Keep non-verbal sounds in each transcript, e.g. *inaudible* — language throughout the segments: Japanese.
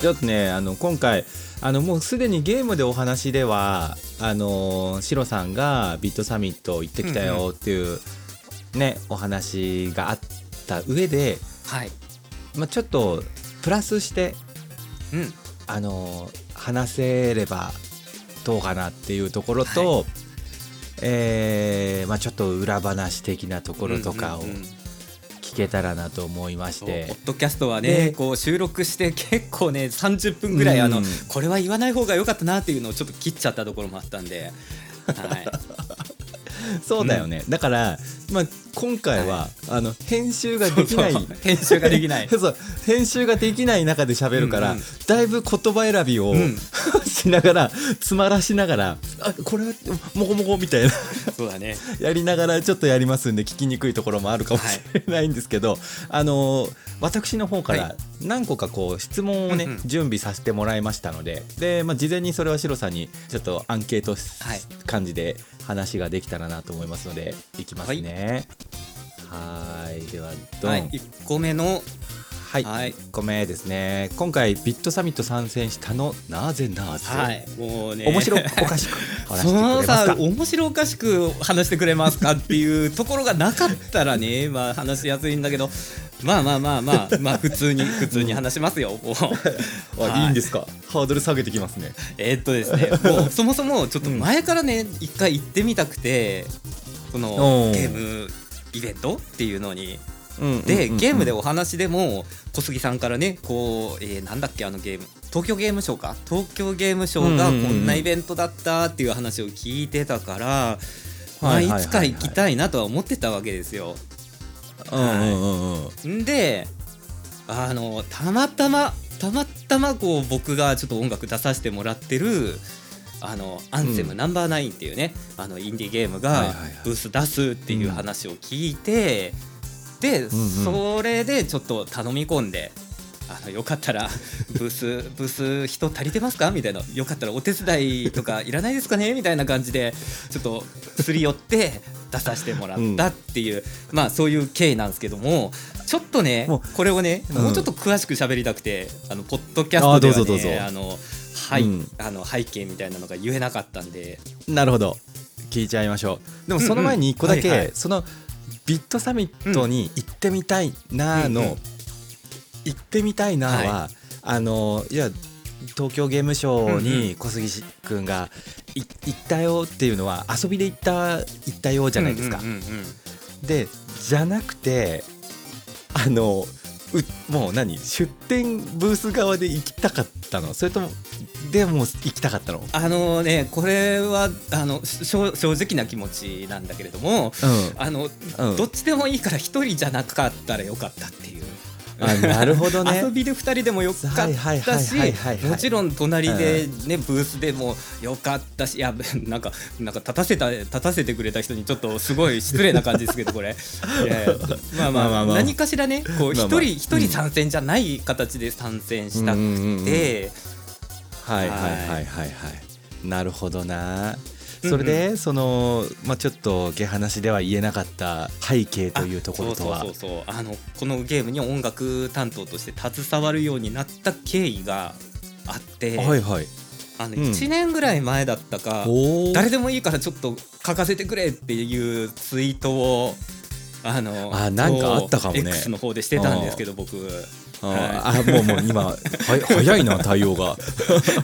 ちょっとねあの今回あのもうすでにゲームでお話ではあのシロさんがビットサミット行ってきたよっていうね、お話があった上で、はい。まあ、ちょっとプラスしてうん。あの話せればどうかなっていうところと、えーまあ、ちょっと裏話的なところとかをうんうんうん聞けたらなと思いましそて。うポッドキャストはでね、こう収録して *laughs* 結構ね、30分ぐらい、あうのん、これは言わない方が良かったなっていうのをちょっと切っちゃったところもあったんで。はい。そうだよね、だから、まあ、今回は、あの編集 *laughs* ができないそうそう編集ができ *laughs* ない。そう編集ができない中で喋るから、うんうんだいぶ言葉選びを、うん *laughs* しながら詰まらしながらあこれはもこもこみたいなそうだね。 *laughs* やりながらちょっとやりますんで聞きにくいところもあるかもしれないんですけど、あのー私の方かはら何個かこう質問をね、うんうん準備させてもらいましたのでで、まあ、事前にそれはシロさんにちょっとアンケートしはい感じで話ができたらなと思いますのでいきますね。はーいではどん、はい。1個目の、はい、はい1個目ですね今回ビットサミット参戦したのなぜなぜ、はい。もうね。 *laughs* 面白 *laughs* おかしく話してくそのれますさか面白おかしく話してくれますかっていうところがなかったらね *laughs* まあ話しやすいんだけどまあまあまあまあまあ普通に普通に話しますよ。もうあいいんですかハードル下げてきますねえーっとで *laughs* すねもうそもそもちょっと前からね一回行ってみたくてそおーのゲームイベントっていうのにうんうで、んうんゲームでお話でも小杉さんからねこう、えーなんだっけあのゲーム東京ゲームショウか東京ゲームショウがうこんうんうんんなイベントだったっていう話を聞いてたから、まはあいはいいはいはいつか行きたいなとは思ってたわけですよ。うんうんうんうんんであのたまたまたまたまこう僕がちょっと音楽出させてもらってる「あのアンセムうんナンバーナインっていうね、あのインディーゲーはムいはがいはいブース出すっていう話を聞いて、で、んそれでちょっと頼み込んで。あのよかったらブースブース人足りてますかみたいなよかったらお手伝いとかいらないですかねみたいな感じでちょっとすり寄って出させてもらったっていう、まあそういう経緯なんですけどもちょっとねもこれをね、うんもうちょっと詳しく喋りたくてあのポッドキャスあトでは、ね、どうぞどうぞあのはいうんあの背景みたいなのが言えなかったんでなるほど聞いちゃいましょうでもその前に1個だけ、うんうんはいはいそのビットサミットに行ってみたいなーの、うんうん行ってみたいなーは、あのいや東京ゲームショウうんうに小杉くんがい行ったよっていうのは遊びで行った行ったよじゃないですか、うんうんうんでじゃなくてあのうもう何出店ブース側で行きたかったのそれともでもう行きたかったのあのねこれはあのし正正直な気持ちなんだけれどもうんあうの、んどっちでもいいから一人じゃなかったらよかったっていう。あなるほどね遊びで2人でもよかはいはいっはたいしはいはいはいもちろん隣で、ねブースでもよかったしいやなんかなんか立たせた立たせてくれた人にちょっとすごい失礼な感じですけど *laughs* これいやいやまあままああまあまあ何かしらねこまう一あまあ人一人参戦じゃない形で参戦したうんうんうんうくんてはいはいはいはいはいなるほどなそれで、その、まあ、ちょっと下話では言えなかった背景というところとはそうそうそうそうあのこのゲームに音楽担当として携わるようになった経緯があって、はいはいあのうん1年ぐらい前だったか、おー誰でもいいからちょっと書かせてくれっていうツイートをあのあなんかあったかもねこう X の方でしてたんですけど僕あーあもうもう今は早いな対応 *laughs* が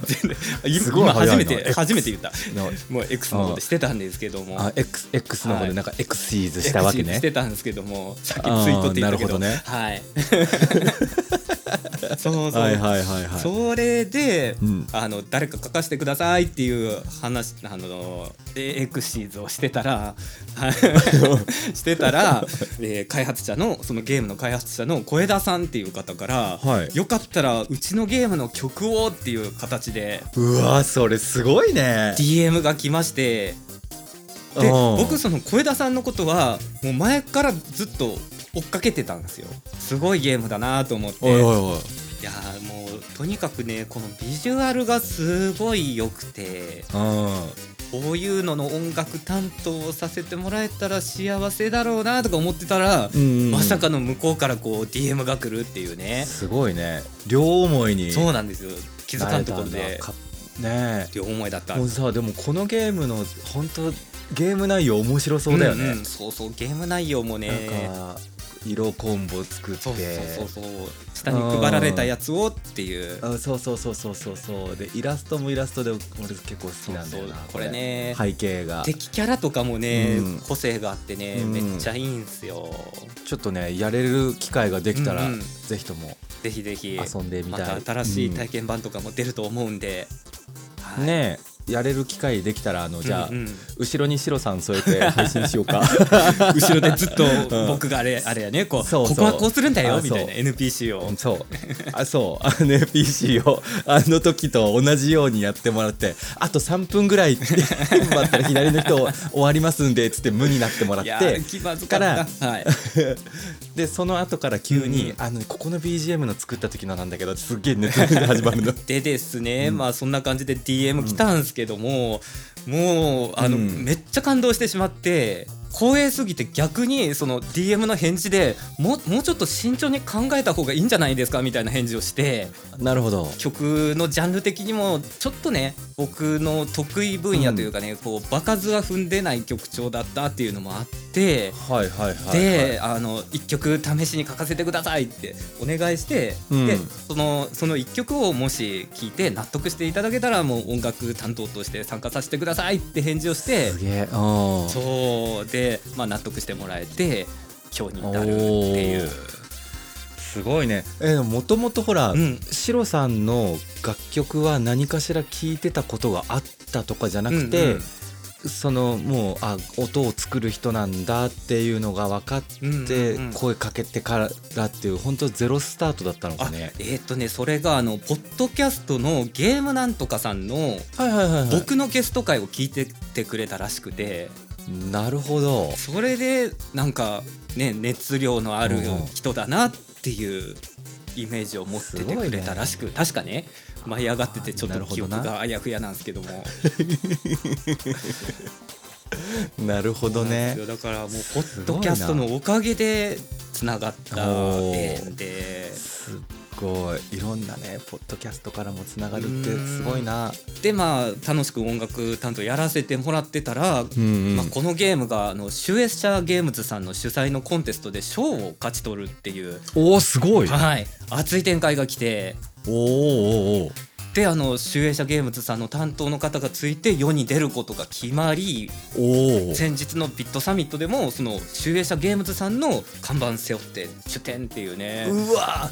全然すごい今早いな初めて X 初めて言ったのもう X の方でしてたんですけどもあ X, X の方でなんか X シーズ X したわけねしてたんですけどもさっきツイートって言ったけどあーなるはい *laughs* そうそう、はいはいはいはいそれで、うんあの誰か書かせてくださいっていう話あのえエクシーズをしてたら *laughs* してたら、えー開発者のそのゲームの開発者の小枝さんっていう方から、はいよかったらうちのゲームの曲をっていう形でうわそれすごいね DM が来ましてうでん僕その小枝さんのことはもう前からずっと追っかけてたんですよすごいゲームだなと思っておいおいおいいやーもうとにかくねこのビジュアルがすごい良くてうんこういうのの音楽担当をさせてもらえたら幸せだろうなとか思ってたら、うんうんまさかの向こうからこう DM が来るっていうね、すごいね両思いにそうなんですよ気づかんところなれでたんだかね両思いだったえもうさでもこのゲームの本当ゲーム内容面白そうだよね、んんそうそうゲーム内容もねなんか色コンボ作ってそうそうそうそう下に配られたやつをっていうあそうそうそうそうそうそうでイラストもイラストで俺結構好きなんだよなそうそうこれね背景が敵キャラとかもね、うん個性があってね、うんめっちゃいいんすよちょっとねやれる機会ができたら、うんうんぜひともぜひぜひ遊んでみまたい、た新しい体験版とかも出ると思うんで、うんねえやれる機会できたらあのじゃあ、うんうん後ろにシロさん添えて配信しようか *laughs* 後ろでずっ *laughs* と *laughs* うん僕があれ,、あれやねこうそうそうここはこうするんだよあみたいなそ NPC を、そうあそうあの NPC をあの時と同じようにやってもらってあと3分ぐらい待ったら左の人終わりますんでつって無になってもらっいやてー気まずかった、はい、でその後から急に、うあのここの BGM の作った時のなんだけどすっげえ熱が始まるの *laughs* でで *laughs* すね、まあそんな感じで DM 来たんですけども、もうあの、うんめっちゃ感動してしまって光栄すぎて逆にその DM の返事でもうもうちょっと慎重に考えた方がいいんじゃないですかみたいな返事をしてなるほど曲のジャンル的にもちょっとね僕の得意分野というかね、こう場数は踏んでない曲調だったっていうのもあって。はいはいはい、で、あの1曲試しに書かせてくださいってお願いして、うんでそのその1曲をもし聴いて納得していただけたらもう音楽担当として参加させてくださいって返事をしてすげえうんそうで、まあ、納得してもらえて今日に至るっていうおーすごいねえもともとほら、うんシロさんの楽曲は何かしら聞いてたことがあったとかじゃなくて、うんそのもうあ音を作る人なんだっていうのが分かって、うんうんうん声かけてからっていう本当ゼロスタートだったのかあねえーっ、とねそれがあのポッドキャストのゲームなんとかさんのはいはいはい、はい、僕のゲスト会を聞いててくれたらしくて。なるほどそれでなんかね熱量のあるうん人だなっていうイメージを持っててくれたらしく、確かね舞い上がっててちょっなとるほ記ど憶ながあやふやなんですけどもなるほどねそうなんですよだからもうポすッごいドなキャストのおかげでつながったおー縁ですっごいいろんなねポッドキャストからもつながるってすごいなでまあ楽しく音楽担当やらせてもらってたら、うんうんまあ、このゲームがあのシュエッシャーゲームズさんの主催のコンテストで賞を勝ち取るっていう、おおすごいはい、熱い展開が来ておーおーおーであの集英社ゲームズさんの担当の方がついて世に出ることが決まりおお先日のビットサミットでもその集英社ゲームズさんの看板背負って出展っていうねうわ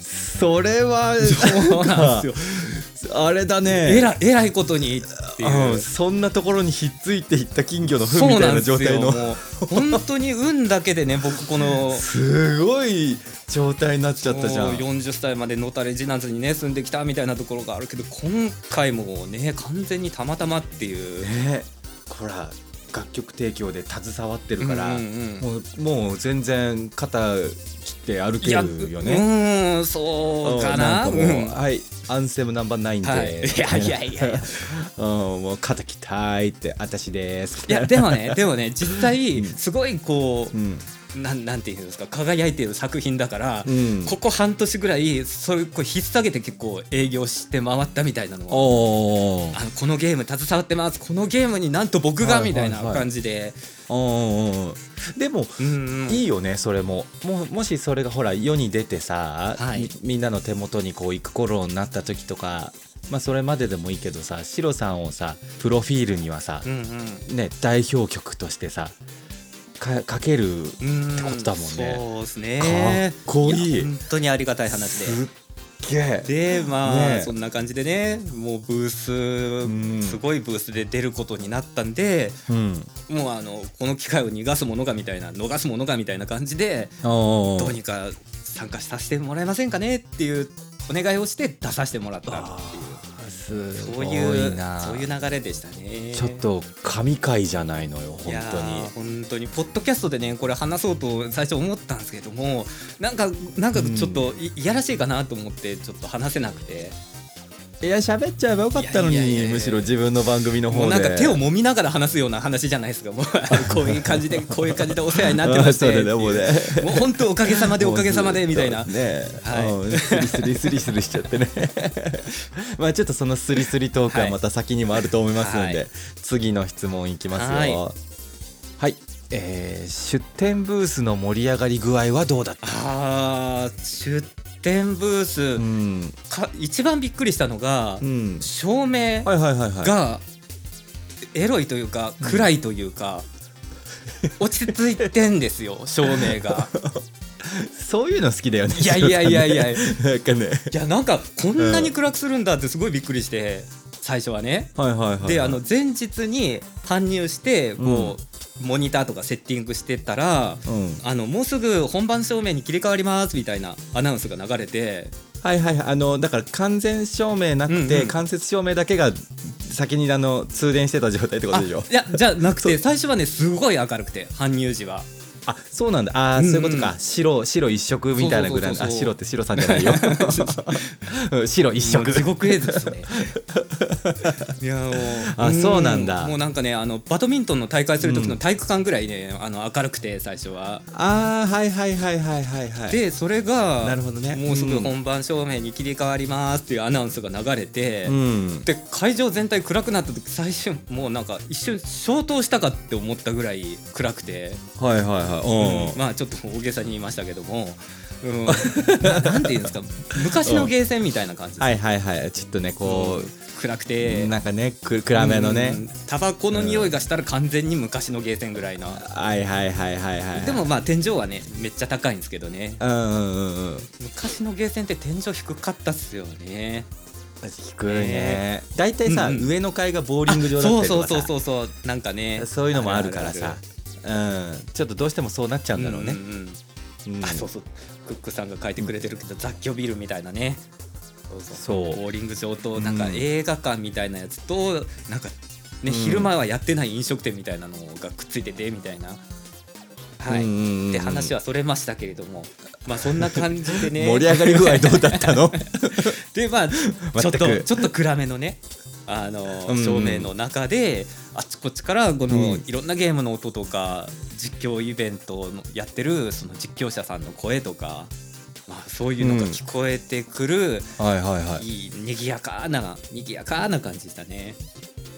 それはそうなんですよあれだねえらえらいことにっていううんそんなところにひっついていった金魚の糞そみうたないんなですよ状態のもう本当に運だけでね僕こ *laughs* のすごい状態になっちゃったじゃもんう40歳までのたれ死なずにね住んできたみたいなところがあるけど今回もね完全にたまたまっていう。ねほら楽曲提供で携わってるから、うんうんうんもうもう全然肩切って歩いけやるようね。ーんそうなかなかんもう、うんはいアンセムナンバーナインで、はい、いやいやいやいや *laughs* うんもう肩きたいって私ですいやでもねでもね実際すごいこううんなんなんていうんですか輝いている作品だから、うんここ半年ぐらいそういうこう引っ提げて結構営業して回ったみたいなのをおーあのこのゲーム携わってますこのゲームになんと僕はがいみはたいはいいな感じで、おーおーでも、うんうんいいよねそれももうもしそれがほら世に出てさ、はいみみんなの手元にこう行く頃になった時とか、まあ、それまででもいいけどさシロさんをさプロフィールにはさう、んね、代表曲としてさかかけるうんうんってことだもんねそうですねかっこいいや本当にありがたい話ですっげえでまあ、ねえそんな感じでねもうブース、んすごいブースで出ることになったんでうんもうあのこの機会を逃がすものかみたいな逃すものかみたいな感じでおーどうにか参加させてもらえませんかねっていうお願いをして出させてもらったあっていうーすそごういいうなそういう流れでしたね。ちょっと神回じゃないのよい本や当にー本当にポッドキャストでねこれ話そうと最初思ったんですけどもなんかなんかちょっとい,、いやらしいかなと思ってちょっと話せなくていや喋っちゃえばよかったのにいやいやいやいやむしろ自分の番組の方でもうなんか手を揉みながら話すような話じゃないです *laughs* かもうこういう感じでこういう感じでお世話になってましあて *laughs* そうだねもうねもう本当おかげさまでおかげさまでみたいなね、はいうんスリスリスリスリしちゃってね *laughs* まあちょっとそのスリスリトークはまた先にもあると思いますので、はい次の質問いきますよははいい、えー出店ブースの盛り上がり具合はどうだったあー出店ブース、うんか一番びっくりしたのが、うん照明はいはいはいはいがエロいというか暗いというか、 *laughs* 落ち着いてんですよ照 *laughs* 明がそういうの好きだよねいやいやいやいやい *laughs* なんかねやなんかこんなに暗くするんだってすごいびっくりして最初はねはいはいはいはいであの前日に搬入してこう、モニターとかセッティングしてたらうんあのもうすぐ本番照明に切り替わりますみたいなアナウンスが流れてはいはいはいあのだから完全照明なくうんてうん間接照明だけが先にあの通電してた状態ってことあでしょいやじゃな *laughs* くて最初はねすごい明るくて搬入時はあそうなんだあー、うんうんそういうことか白白一色みたいなぐらいのそうそうそうそうあ白って白さんじゃないよ *laughs* うん白一もう色地獄絵図ですねいやもうあそうなんだもうなんかねあのバドミントンの大会する時の体育館ぐらいね、あの明るくて最初は、 *laughs* あーはいはいはいはいはいはいでそれがなるほどねもうすぐうん本番照明に切り替わりますっていうアナウンスが流れて、うんで会場全体暗くなった時最初もうなんか一瞬消灯したかって思ったぐらい暗くて、はいはいはいうんまあちょっと大げさに言いましたけども、うん、ななんていうんですか昔のゲーセンみたいな感じです、はいはいはいちょっとねこ暗くう、てなんかねく暗めのね、うんタバコの匂いがしたら完全に昔のゲーセンぐらいの、はいはいはいはいはいはいでもまあ天井はねめっちゃ高いんですけどねうんうんうんうん昔のゲーセンって天井低かったっすよね低いね大体、さ、うんうん上の階がボーリング場だったそりうとそかうさそうそうそうなんかねそういうのもあるからさあうん、ちょっとどうしてもそうなっちゃうんだろうねん、んうんあそうそうクックさんが書いてくれてるけど、雑居ビルみたいなねそうそうそうボーリング場となんかうん映画館みたいなやつと、なんかね、うん昼間はやってない飲食店みたいなのがくっついててみたいなはい、うんうんうんうんって話はそれましたけれどもまあそんな感じで *laughs* ね盛り上がり具合どうだった *laughs* の *laughs* でまあちょ全っとくちょっと暗めのねあのうん照明の中であっちこっちからこのうんいろんなゲームの音とか実況イベントのやってるその実況者さんの声とか、まあ、そういうのが聞こえてくる、はいはいはいいい賑やかな賑やかな感じでしたね。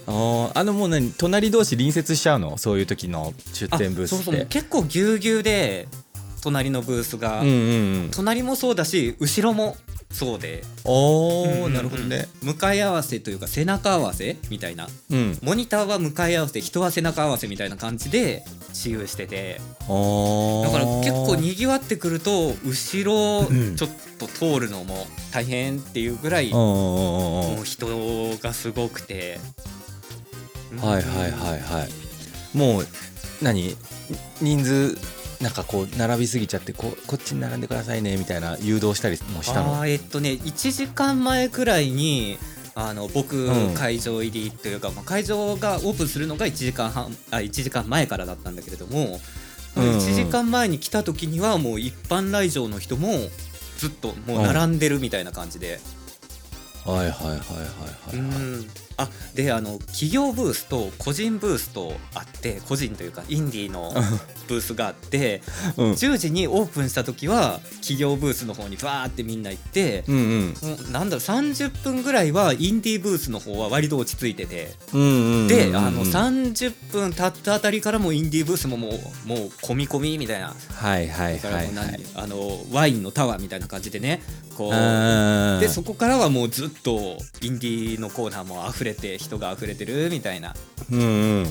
あーあのもう何隣同士隣接しちゃうのそういう時の出あ店ブースそうってそう結構ぎゅうぎゅうで隣のブースが、うんうんうん隣もそうだし後ろもそうでおうんうんおうんなるほどね向かい合わせというか背中合わせみたいなうんモニターは向かい合わせ人は背中合わせみたいな感じで私有してておだから結構ににぎわってくると後ろうんちょっと通るのも大変っていうぐらいおーもおーおーう人がすごくてはいはいはいはいもう何人数なんかこう並びすぎちゃってここっちに並んでくださいねみたいな誘導したりもしたのあーえっとね1時間前くらいにあの僕うん会場入りというか、まあ、会場がオープンするのが1時間半あ1時間前からだったんだけれども、うんうん1時間前に来た時にはもう一般来場の人もずっともう並んでるみたいな感じで、はいはいはいはいうはいはいんあであの企業ブースと個人ブースとあって個人というかインディーのブースがあってうん10時にオープンした時は企業ブースの方にバーってみんな行って。うんうんもうなんだろう30分ぐらいはインディーブースの方は割と落ち着いててうんうんうんであの30分経ったあたりからもうインディーブースももうもう込み込みみたいなはいはいだかはらもいうはい何あのワインのタワーみたいな感じでねこうあーでそこからはもうずっとインディーのコーナーも溢れて人が溢れてるみたいなうんうん、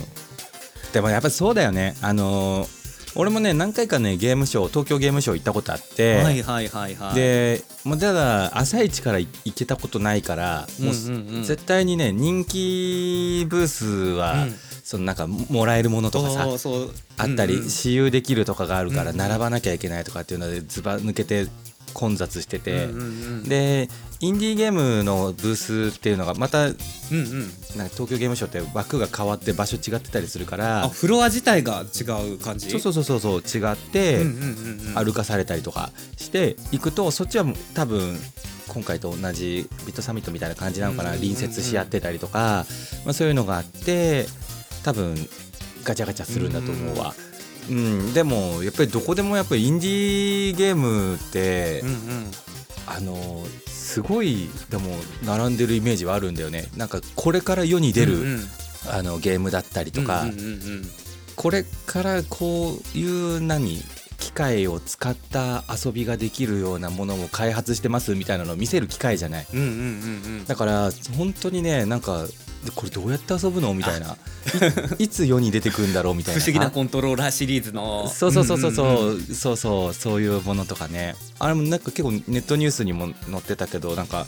でもやっぱそうだよねあのー俺もね何回かねゲームショー東京ゲームショー行ったことあって、はいはいはいはいでもうただ朝一から行行けたことないからもううんうんうん絶対にね人気ブースは、うんそのなんかもらえるものとかさそうそうあったうんうりん私有できるとかがあるからうんうん並ばなきゃいけないとかっていうのでずば抜けて混雑してて、うんうんうん、でインディーゲームのブースっていうのがまたなんかうんうん、東京ゲームショウって枠が変わって場所違ってたりするかあらフロア自体が違う感じそうそううそうそうそう違ってんうんうんうん、歩かされたりとかして行くとそっちは多分今回と同じビットサミットみたいな感じなのかなうんうんうんうん隣接し合ってたりとか、まあ、そういうのがあって多分ガチャガチャするんだと思うわ。うんでもやっぱりどこでもやっぱりインディーゲームって、うんうんあのすごいでも並んでるイメージはあるんだよねなんかこれから世に出る、うんうんあのゲームだったりとか、うんうんうんうんこれからこういう何機械を使った遊びができるようなものを開発してますみたいなのを見せる機会じゃないうんうんうんうんだから本当にねなんかこれどうやって遊ぶのみたいな *laughs* いいつ世に出てくるんだろうみたい不な思議なコントローラーシリーズのそうそうそうそうそう,、んんんそうそうそういうものとかねあれもなんか結構ネットニュースにも載ってたけどなんか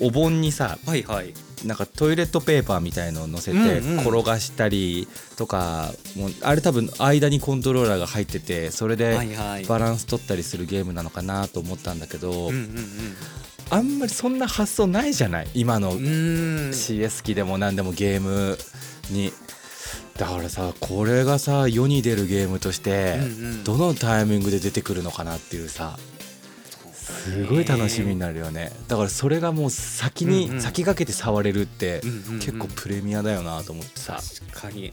お盆にさはいはいなんかトイレットペーパーみたいのを乗せてうんうん転がしたりとか、もうあれ多分間にコントローラーが入っててそれはでいはいバランス取ったりするゲームなのかなと思ったんだけど、うんうんあんまりそんな発想ないじゃない今のうんうん CS 機でも何でもゲームに。だからさこれがさ世に出るゲームとしてうんうんどのタイミングで出てくるのかなっていうさすごい楽しみになるよねだからそれがもう先うんうにん先駆けて触れるってうんうんうん結構プレミアだよなと思ってさ確かに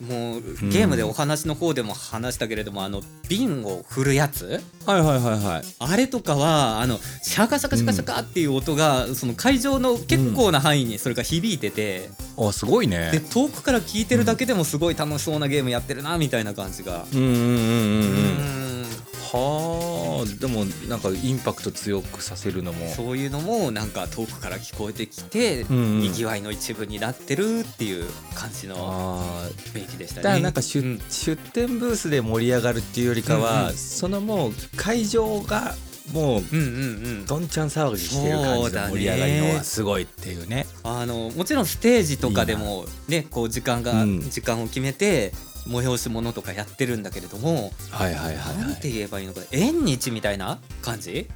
もうゲームでお話の方でも話したけれども、あの瓶を振るやつはいはいはいはいあれとかはあのシャカシャカシャカシャカっていう音が、その会場の結構な範囲にそれが響いてて、あすごいでね遠くから聞いてるだけでもすごい楽しそうなゲームやってるなみたいな感じが。うんうんうんうんうんうんはあでもなんかインパクト強くさせるのもそういうのもなんか遠くから聞こえてきて、んうんにぎわいの一部になってるっていう感じのああ雰囲気でしただね。からなんか出,、うん出店ブースで盛り上がるっていうよりかは、うんうんそのもう会場がもううんうんうん、どんちゃん騒ぎしてる感そじうだのね盛り上がりのはすごいっていうねあのもちろんステージとかでもねこう時間が、うん時間を決めて催し物とかやってるんだけれども、はいはいはいはなんいて言えばいいのか縁日みたいな感じ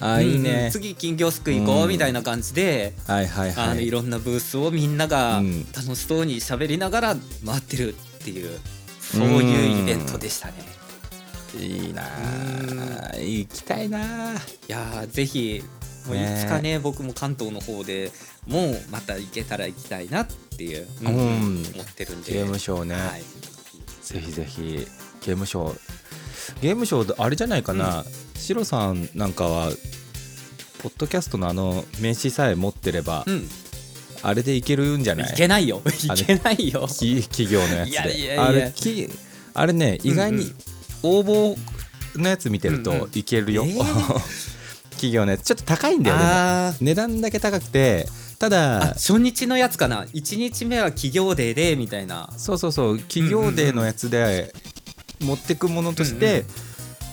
ああいいうんね次金魚すくい行こううんみたいな感じで、はいはいはいあのいろんなブースをみんながうん楽しそうに喋りながら回ってるっていうそういうイベントでしたね。いいなあ行きたいなあいやーぜひもういねえつかね僕も関東の方でもうまた行けたら行きたいなっていう、うん思ってるんでゲームショーね、はい、ぜひぜひゲームショーゲームショーあれじゃないかな、シロさんなんかはポッドキャストのあの名刺さえ持ってれば、うんあれでいけるんじゃないいけないよ。い *laughs* あれけないよ。き企業のやつでいやいやいやあれきあれね意外うんうにん応募のやつ見てるうんうとんいけるよ、えー *laughs* 企業のやつちょっと高いんだよねあー値段だけ高くてたあだ初日のやつかな1日目は企業デーでみたいなそうそうそう企業デーのやつで持ってくものとして、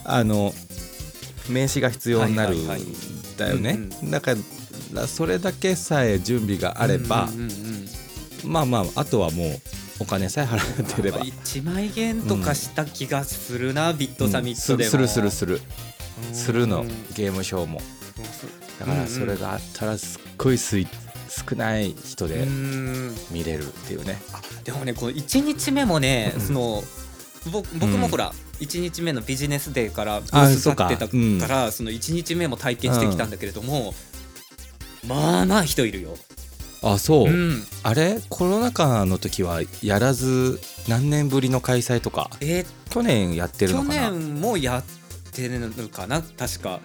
あの名刺が必要になるはいんはいはいだよねうんだからそれだけさえ準備があればうんうんうんまあまああとはもうお金さえ払ってれば1万円とかした気がするな、ビットサミッすトるでも、するするするするのうんゲームショーもだからそれがあったらすっごいすい少ない人うでん見れるっていうねあでもねこの1日目もねその僕僕もほら、1日目のビジネスデーからブース立そうってかたからうんその1日目も体験してきたんだけれども、まあまあ人いるよ。あそう、うんあれコロナ禍の時はやらず何年ぶりの開催とかえー去年やってるの去かな年もやってるのかな確か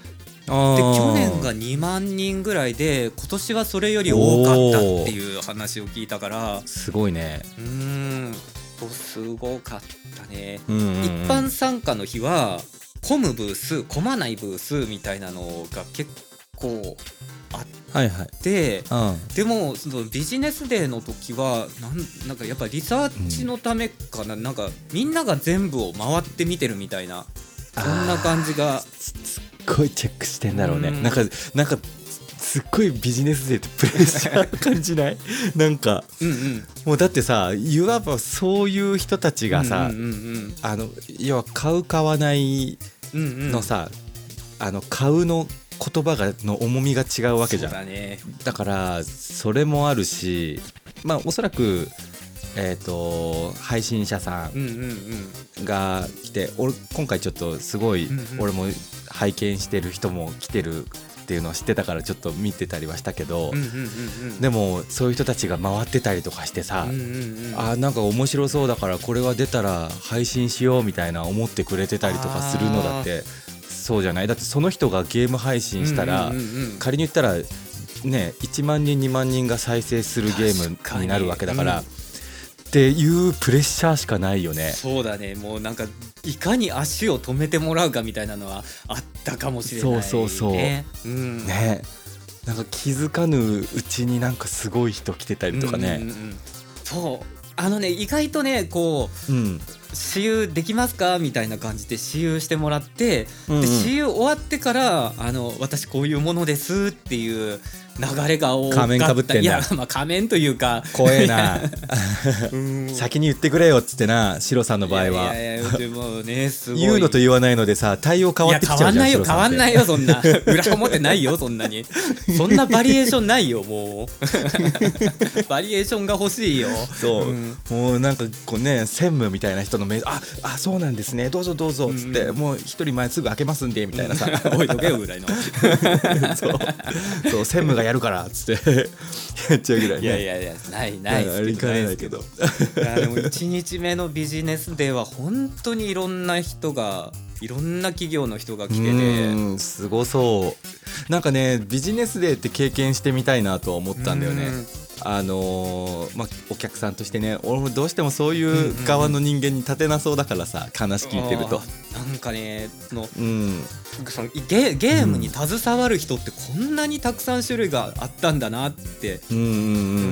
あでー去年が2万人ぐらいで今年はそれより多かったっていう話を聞いたからうすごいね、ーんおすごかったね、うんうんうん一般参加の日は混むブース混まないブースみたいなのが結構あっはいはいてうんでもそのビジネスデーの時はなんなんかやっぱリサーチのためかな、なんかみんなが全部を回って見てるみたいなそんな感じがすすっごいチェックしてんだろうね、うんなんかなんかすっごいビジネスデーってプレッシャー感じ *laughs* ないなんかうんうんもうだってさいわばそういう人たちがさ、うんうんあの要は買う買わないうんうんうんうんのさ、あの買うの言葉がの重みが違うわけじゃんそうだねだからそれもあるしまあおそらくえっ、と配信者さんうんうんうんが来て俺今回ちょっとすごいうんうん俺も拝見してる人も来てるっていうのを知ってたからちょっと見てたりはしたけど、うんうんうんうんでもそういう人たちが回ってたりとかしてさ、うんうんうんあーなんか面白そうだからこれは出たら配信しようみたいな思ってくれてたりとかするのだってそうじゃないだってその人がゲーム配信したら、うんうんうんうん仮に言ったらね1万人2万人が再生するゲームになるわけだから確っていうプレッシャーしかないよね。そうだねもうなんかいかに足を止めてもらうかみたいなのはあったかもしれない、ね、そうそうそううん、ねなんか気づかぬうちになんかすごい人来てたりとかうんねうんうんそうあのね意外とねこうん、う私有できますかみたいな感じで私有してもらって、うんうんで私有終わってからあの私こういうものですっていう流れが多かった仮面かぶってんだいやまあ仮面とい *laughs* うか怖えなうん先に言ってくれよっつってなシロさんの *laughs* 場合はいやいやいやでもねすごい言うのと言わないのでさ対応変わってきちゃうじゃんいや変わんないいよ変わんないよそんな裏表ないよそんなにそんなバリエーションないよもう *laughs* バリエーションが欲しいよそう、うんもうなんかこうね専務みたいな人の目ああそうなんですねどうぞどうぞっつって、うんもう一人前すぐ開けますんでみたい *laughs* なさ、置いとけよぐらいのそうそう専務がやるからっつって *laughs* やっちゃうぐらいねいやいやいやないないありかねないけどいやでも1日目のビジネスデーは本当にいろんな人がいろんな企業の人が来てうてーんすごそうなんかねビジネスデーって経験してみたいなとは思ったんだよねうんあのーまあ、お客さんとしてね俺もどうしてもそういう側の人間に立てなそうだからさ話聞いてるとあーなんかねそのうんそのゲゲームに携わる人ってこんなにたくさん種類があったんだなってうんうんううんうん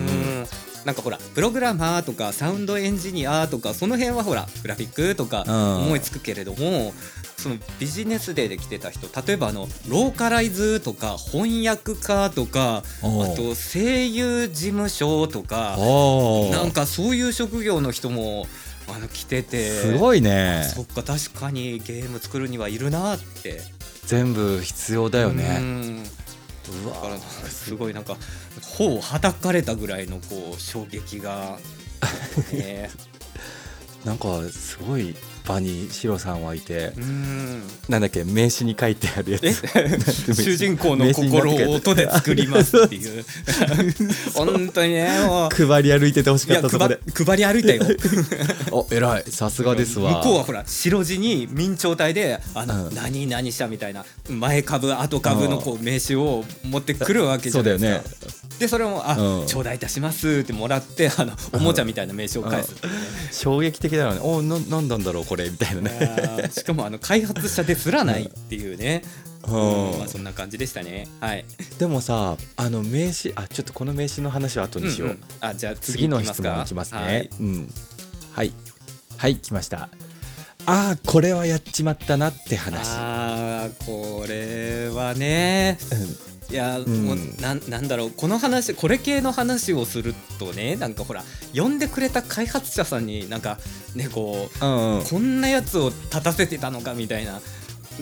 んなんかほらプログラマーとかサウンドエンジニアとかその辺はほらグラフィックとかうん思いつくけれどもそのビジネスデーで来てた人例えばあのローカライズとか翻訳家とかおうあと声優事務所とかおーなんかそういう職業の人もあの来ててすごいねそっか確かにゲーム作るにはいるなって全部必要だようねうんだからわなんかすごいなんか頬をはたかれたぐらいのこう衝撃が、ね、なんかすごい場にシロさんはいて *laughs* うんなんだっけ名刺に書いてあるやつ *laughs* 主主人公の心を音で作りますっていう *laughs* 本当にねもう配り歩いててほしいかっやたそこ配で配り歩いたよあ偉いさすがですわ向こうはほら白地に明朝体であうんの、何々社みたいな前株後株のこう名刺を持ってくるわけじそゃうなだいよですかねでそれも「あ、うん頂戴いたします」ってもらってあのおもちゃみたいな名刺を返すっていうね衝撃的だよねおななんなんだろうこれみたいなねあ *laughs* ーしかもあの開発者ですらないっていうね、 *laughs* うんうんまあ、そんな感じでしたねはいでもさあの名刺あちょっとこの名刺の話は後にしよう、うんうんあじゃあ次次行のきます質か問いきますねはいうんはいはい来ましたああこれはやっちまったなって話あーこれはねういや、んもうなんなんだろうこの話これ系の話をするとねなんかほら呼んでくれた開発者さんになんかねこう、んうんうんこんなやつを立たせてたのかみたいな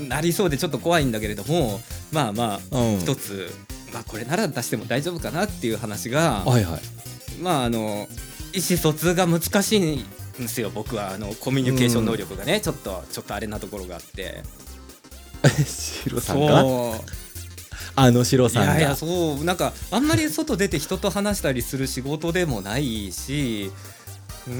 なりそうでちょっと怖いんだけれどもまあまあうん一つ、まあ、これなら出しても大丈夫かなっていう話がはいはい *laughs* まああの意思疎通が難しいんですよ僕はあのコミュニケーション能力がね、ちょっとちょっとあれなところがあってシロさんがそうあのシロいさんがやいやそうなんかあんまり外出て人と話したりする仕事でもないし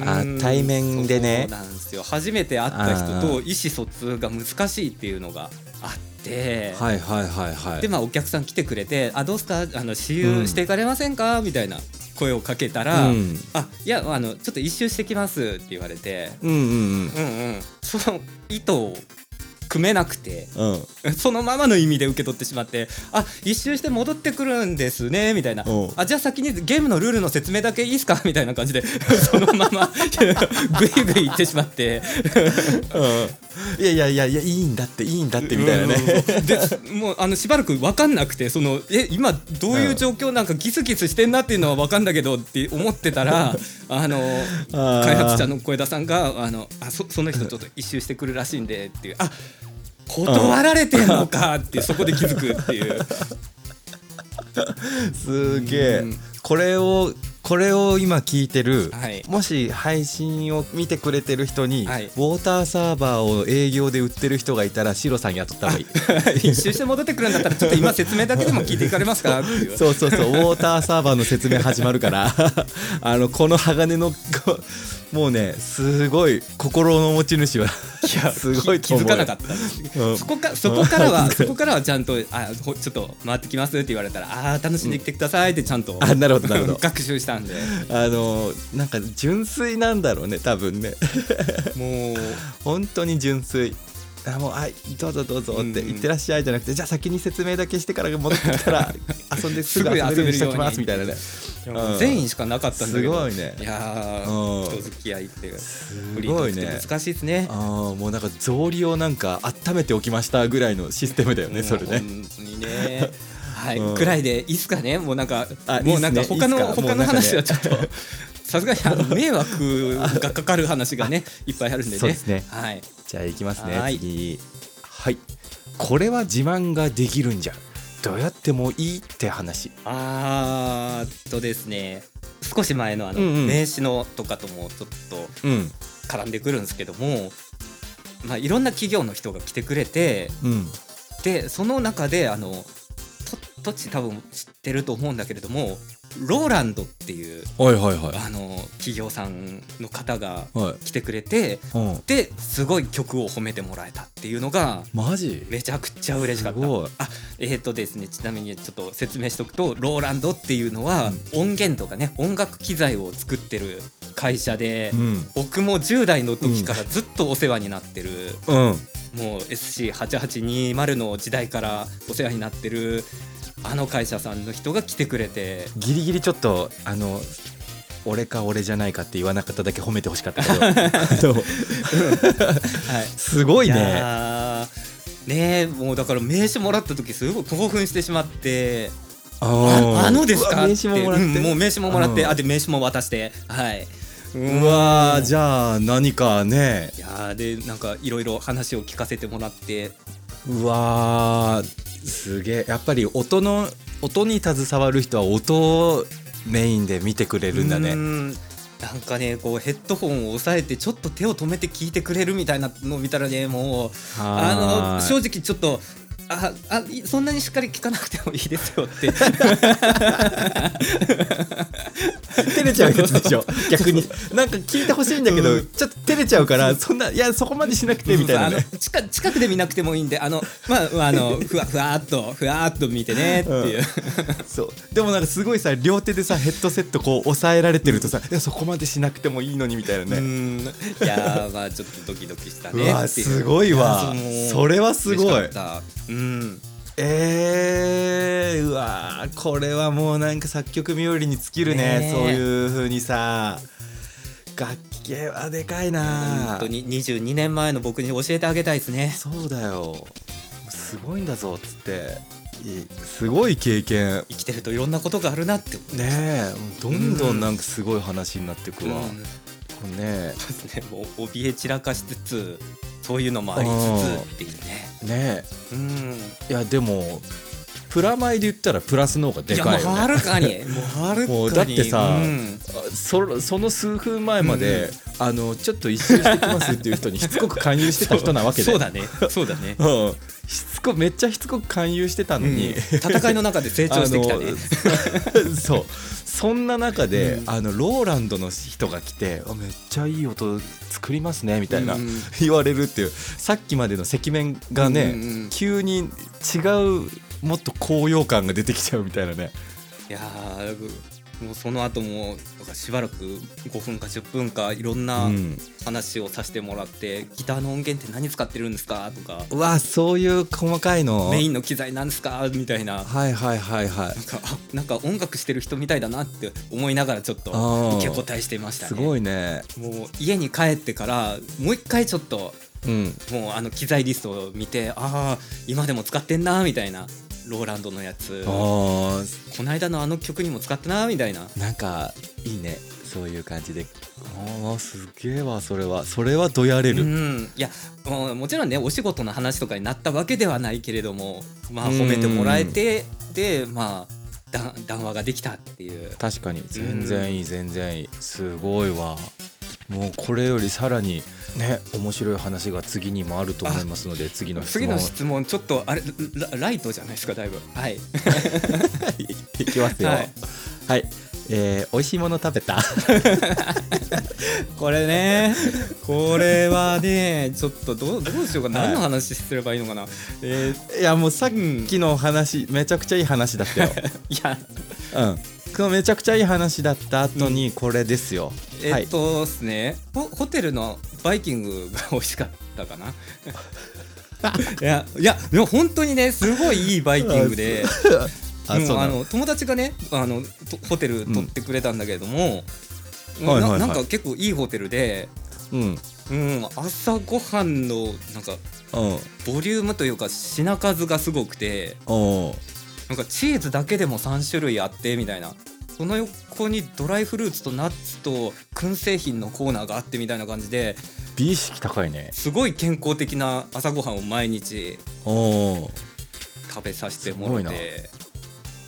あうん対面でねそうなんですよ初めて会った人と意思疎通が難しいっていうのがあって、はいはいはいはいでまあお客さん来てくれて「あどうすかあの私有していかれませんか?」みたいな声をかけたら「うんあいやあのちょっと一周してきます」って言われて、うんうんうんうん、その意図を組めなくて。うんうんそのままの意味で受け取ってしまってあ一周して戻ってくるんですねみたいなおうあじゃあ先にゲームのルールの説明だけいいですかみたいな感じで *laughs* そのま *laughs* まぐいぐい行ってしまっていやいやいやいやいいんだっていいんだってみたいなねでもうあのしばらく分かんなくてそのえ今どういう状況なんかギスギスしてんなっていうのは分かんだけどって思ってたら *laughs* あのあー開発者の小枝さんがあのあそその人ちょっと一周してくるらしいんでっていうあ断られてんのかってそこで気づくって *laughs* いうすげえうんこれをこれを今聞いてる、はいもし配信を見てくれてる人に、はいウォーターサーバーを営業で売ってる人がいたらシロさん雇った方がいい *laughs* 一周して戻ってくるんだったらちょっと今説明だけでも聞いていかれますかっていうそうそうそうウォーターサーバーの説明始まるから *laughs* あのこの鋼のこもうねすごい心の持ち主は *laughs* すごい気と思づうかなかった、うんそこかそこか *laughs* らはそこからはちゃんとあほちょっと回ってきますって言われたらああー楽しんできてくださいってちゃんと、あなるほどなるほど学習したんであのなんか純粋なんだろうね多分ねもう本当に純粋あもうあどうぞどうぞって、うんうん行ってらっしゃいじゃなくてじゃあ先に説明だけしてから戻ってきた *laughs* ら遊んですぐ遊べるようにしときますすぐみ遊べるようにたいな *laughs* ねうん善意しかなかったんだけどすごいねいやうーん人付き合いってすフリートごーいクっねて難しいですねああもうなんか草履をなんか温めておきましたぐらいのシステムだよねそれもうね本当にねはい、うんくらいでいいっすかねもうなんかあもうなんかいいっすね他のいいっすか他ものうなんかね話はちょっ *laughs* とさすがにあの迷惑がかかる話がねいっぱいあるんでねそうですねはいじゃあ行きますねはい次はいこれは自慢ができるんじゃどうやってもいいって話あーっとですね少し前のあのうんうん名刺のとかともちょっとうん絡んでくるんですけども、まあ、いろんな企業の人が来てくれてうんでその中であのと土地多分知ってると思うんだけれどもローランドっていうはいはいはあの企業さんの方がいはい来てくれてうんですごい曲を褒めてもらえたっていうのがマジめちゃくちゃ嬉しかったすごいあえー、とですねちなみにちょっと説明しておくとローランドっていうのは音源とかね音楽機材を作ってる会社で、うん僕も10代の時からずっとお世話になってる、うんもう SC8820 の時代からお世話になってるあの会社さんの人が来てくれてギリギリちょっとあの俺か俺じゃないかって言わなかっただけ褒めてほしかったけ *laughs* どあのはいすごいいねやーねえもうだから名刺もらった時すごい興奮してしまってあああのですかうわ名刺ももらって、うんもう名刺ももらって、うんあで名刺も渡してはいううわーじゃあ何かねいやーでなんかいろいろ話を聞かせてもらってうわーすげえやっぱり音の音に携わる人は音をメインで見てくれるんだうねーんなんかねこうヘッドホンを押さえてちょっと手を止めて聞いてくれるみたいなのを見たらねもうあはのーい正直ちょっとああいそんなにしっかり聞かなくてもいいですよって照れちゃうやつ *laughs* でしょ逆になんか聞いてほしいんだけど、うんちょっと照れちゃうからそんないやそこまでしなく *laughs* てみたいなねあの近近くで見なくてもいいんであのまあまああのふわふわーっとふわーっと見てねっていう、そうでもなんかすごいさ両手でさヘッドセットこう押さえられてるとさいやそこまでしなくてもいいのにみたいなうね、んいやーまあちょっとドキドキしたうねわっていうすごいわいやもうそれはすごい嬉しかったうんえー、うわーこれはもうなんか作曲冥利に尽きるねねえそういう風にさ楽器はでかいな本当に22年前の僕に教えてあげたいですねそうだよすごいんだぞっつっていいすごい経験生きてるといろんなことがあるなってねえどんどんなんかすごい話になってくわ、うん *laughs* こうねそうですねもう怯え散らかしつつそういうのもありつつっていうねねえうんいやでもプラマイで言ったらプラスの方がでかいやよもうねはる *laughs* かにもうはるかにもうだってさうんあそその数分前まで、あのちょっと一周してきますっていう人にしつこく勧誘してた人なわけでそうだねそうだ *laughs* ねうんしつこめっちゃしつこく勧誘してたのに、戦いの中で成長してきたねあのそうそんな中で、うんあのローランドの人が来てあめっちゃいい音作りますねみたいな、うん言われるっていうさっきまでの赤面がね、うんうん急に違うもっと高揚感が出てきちゃうみたいなねいやーもうその後もなんかしばらく5分か10分かいろんなうん話をさせてもらって、ギターの音源って何使ってるんですかとかうわそういう細かいのメインの機材なんですかみたいなはいはいはいはいなんかあなんか音楽してる人みたいだなって思いながらちょっとあー受け答えしてましたねすごいねもう家に帰ってからもう一回ちょっとうんもうあの機材リストを見てああ今でも使ってんなみたいなローランドのやつあこーの間のあの曲にも使ったなみたいななんかいいねそういう感じでああすげえわそれはそれはどやれうる、ん、いやもうもちろんねお仕事の話とかになったわけではないけれども、まあ、褒めてもらえてで、まあ、だ談話ができたっていう確かに全然いい全然いいすごいわもうこれよりさらにね面白い話が次にもあると思いますので次の質次問の質問ちょっとあれラライトじゃないですかだいぶはいいきますよははいい、えー美味しいもの食べた *laughs* これ *laughs* ねこれはねちょっとどうどうしようか、はい何の話すればいいのかなえーいやもうさっきの話めちゃくちゃいい話だったよいやうんこのめちゃくちゃいい話だった後にこれですよ、はえいっとですね、ホホテルのバイキングが美味しかったかな *laughs* いやいやでも本当にねすごいいいバイキングであもそううあなのの友達がねあのとホテル取ってくれたんだけれども、うんなはいはいはいなんか結構いいホテルで、うんうん、朝ごはんのなんかうんボリュームというか品数がすごくておーなんかチーズだけでも3種類あってみたいなその横にドライフルーツとナッツと燻製品のコーナーがあってみたいな感じで美意識高いねすごい健康的な朝ごはんを毎日おー食べさせてもらっすて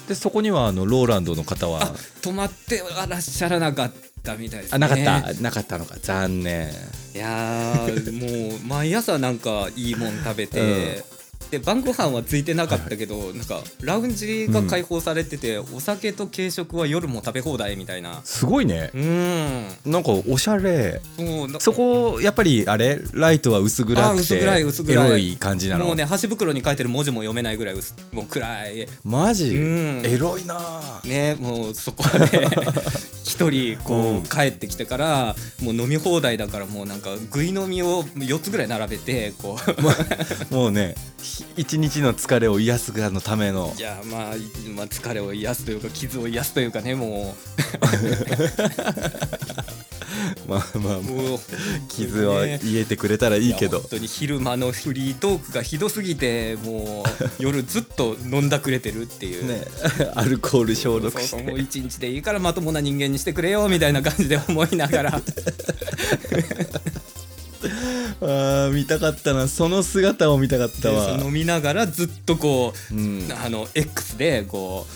でそこにはあのローランドの方はあ泊まってはらっしゃらなかったみたいですねあなかった、なかったのか残念いやーもう毎朝なんかいいもん食べて、で晩ご飯はついてなかったけど、なんかラウンジが開放されてて、お酒と軽食は夜も食べ放題みたいなすごいねうーんなんかおしゃれそうなそこやっぱりあれライトは薄暗あく薄て暗い薄暗いエロい感じなのもうね箸袋に書いてる文字も読めないぐらい薄もう暗いマジ、うんエロいなあねもうそこはね *laughs* 一人うこんう帰ってきてからもう飲み放題だからもうなんかぐい飲みを4つぐらい並べてこう *laughs* もうねひ一日の疲れを癒すがのためのいやまあ、いまあ疲れを癒すというか傷を癒すというかねもまあまあうもう傷をね癒えてくれたらいいけやど本当に昼間のフリートークがひどすぎてもう夜ずっと飲んだくれてるっていうね *laughs* アルコール消そう毒しそうもてう一日でいいからまともな人間にしてくれよみたいな感じで思いな *laughs* がらあー見たかったなその姿を見たかったわで飲みながらずっとこううんあの X でこう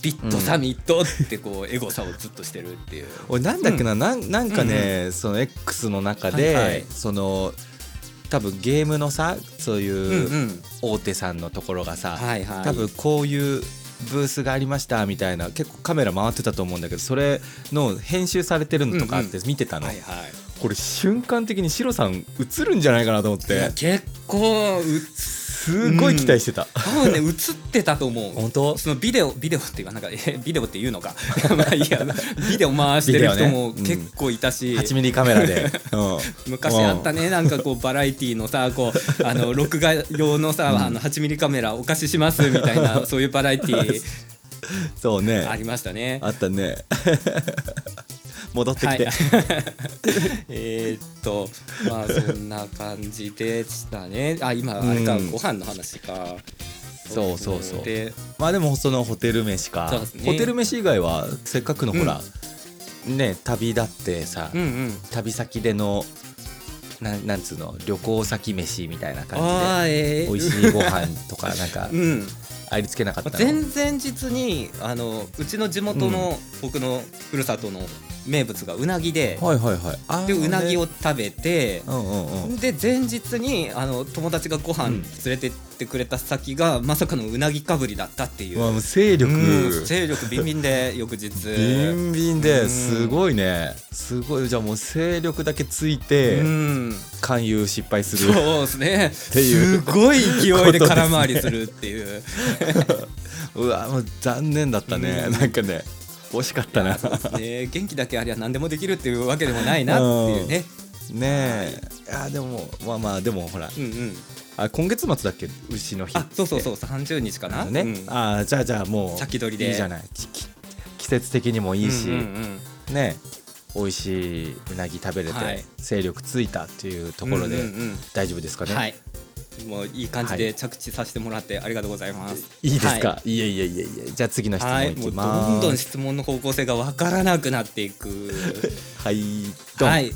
ビットサミットってこうエゴサをずっとしてるっていう。俺なんだっけな、なんなんかね、その X の中で、はいはいその多分ゲームのさそうう、いううん大手さんのところがさ、はいはい。多分こういうブースがありましたみたいな結構カメラ回ってたと思うんだけどそれの編集されてるのとかあって見てたの、はいはい。これ瞬間的にシロさん映るんじゃないかなと思っいてや結構うすごい期待してた、多分ね映ってたと思う。本当そのビデオビデオっていうかなんか *laughs* えビデオっていうのか *laughs* まあいいやビデオ回してる人もビデオねうん結構いたし、 8ミリカメラで、 *laughs* うん昔あったねなんかこうバラエティーのさこうあの録画用のさ、あの8ミリカメラお貸ししますみたい *laughs* なそういうバラエティそうーあねりましたね。あったね *laughs* 戻ってきて、はい *laughs* えーっとまあそんな感じでしたねあ今あれか、うんご飯の話かそうそうそうでまあでもそのホテル飯か、そうですねホテル飯以外はせっかくのほら、ね旅だってさ、うんうん旅先でのなんなんつうの旅行先飯みたいなあ感あえじー、で美味しいご飯とかなんかうん、ありつけなかったの、前々日にあのうちの地元の、僕のふるさとの名物がうなぎで,、はいはいはいあーでうなぎをね食べて、うんうんうんで前日にあの友達がご飯連れてってくれた先が、まさかのうなぎかぶりだったっていううわもう勢力うん勢力ビンビンで翌日ビンビンでうんすごいねすごいじゃあもう勢力だけついてうん勧誘失敗すそうるですねていうすごい勢いで空回りするって *laughs* いううわもう残念だったねうんなんかね惜しかったなね元気だけありゃ何でもできるっていうわけでもないなっていうねねえ、あでもまあまあでもほらうんうんあ今月末だっけ牛の日あそうそうそう30日かあなのね、うんあじゃあじゃあもう先取りでいいじゃないきき季節的にもいいし、うんうんね美味しいうなぎ食べれて、はい勢力ついたっていうとうこんろでうんうん大丈夫ですかね、はいもういい感じはで着地させてもらってありがとうございます。いいですか、い、えいえいえいえじゃあ次の質は問い、いもきうますどんどん質問の方向性がわからなくなっていく。 *laughs* はいどん、はい、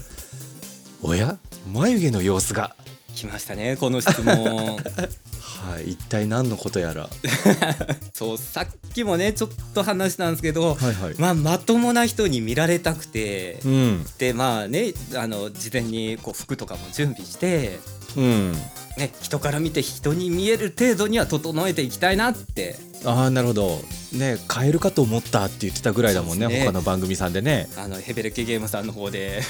おや眉毛の様子が来ましたね、この *laughs* 質問。はい一体何のことやらそう、さっきもね、ちょっと話したんですけど、はいはいまあ、まともな人に見られたくて、うんで、まあね、あの事前にこう服とかも準備して、うんね、人から見て人に見える程度には整えていきたいなってああなるほどね変えるかと思ったって言ってたぐらいだもんねそうですね他の番組さんで *laughs* ねあのヘベレケゲームさんの方で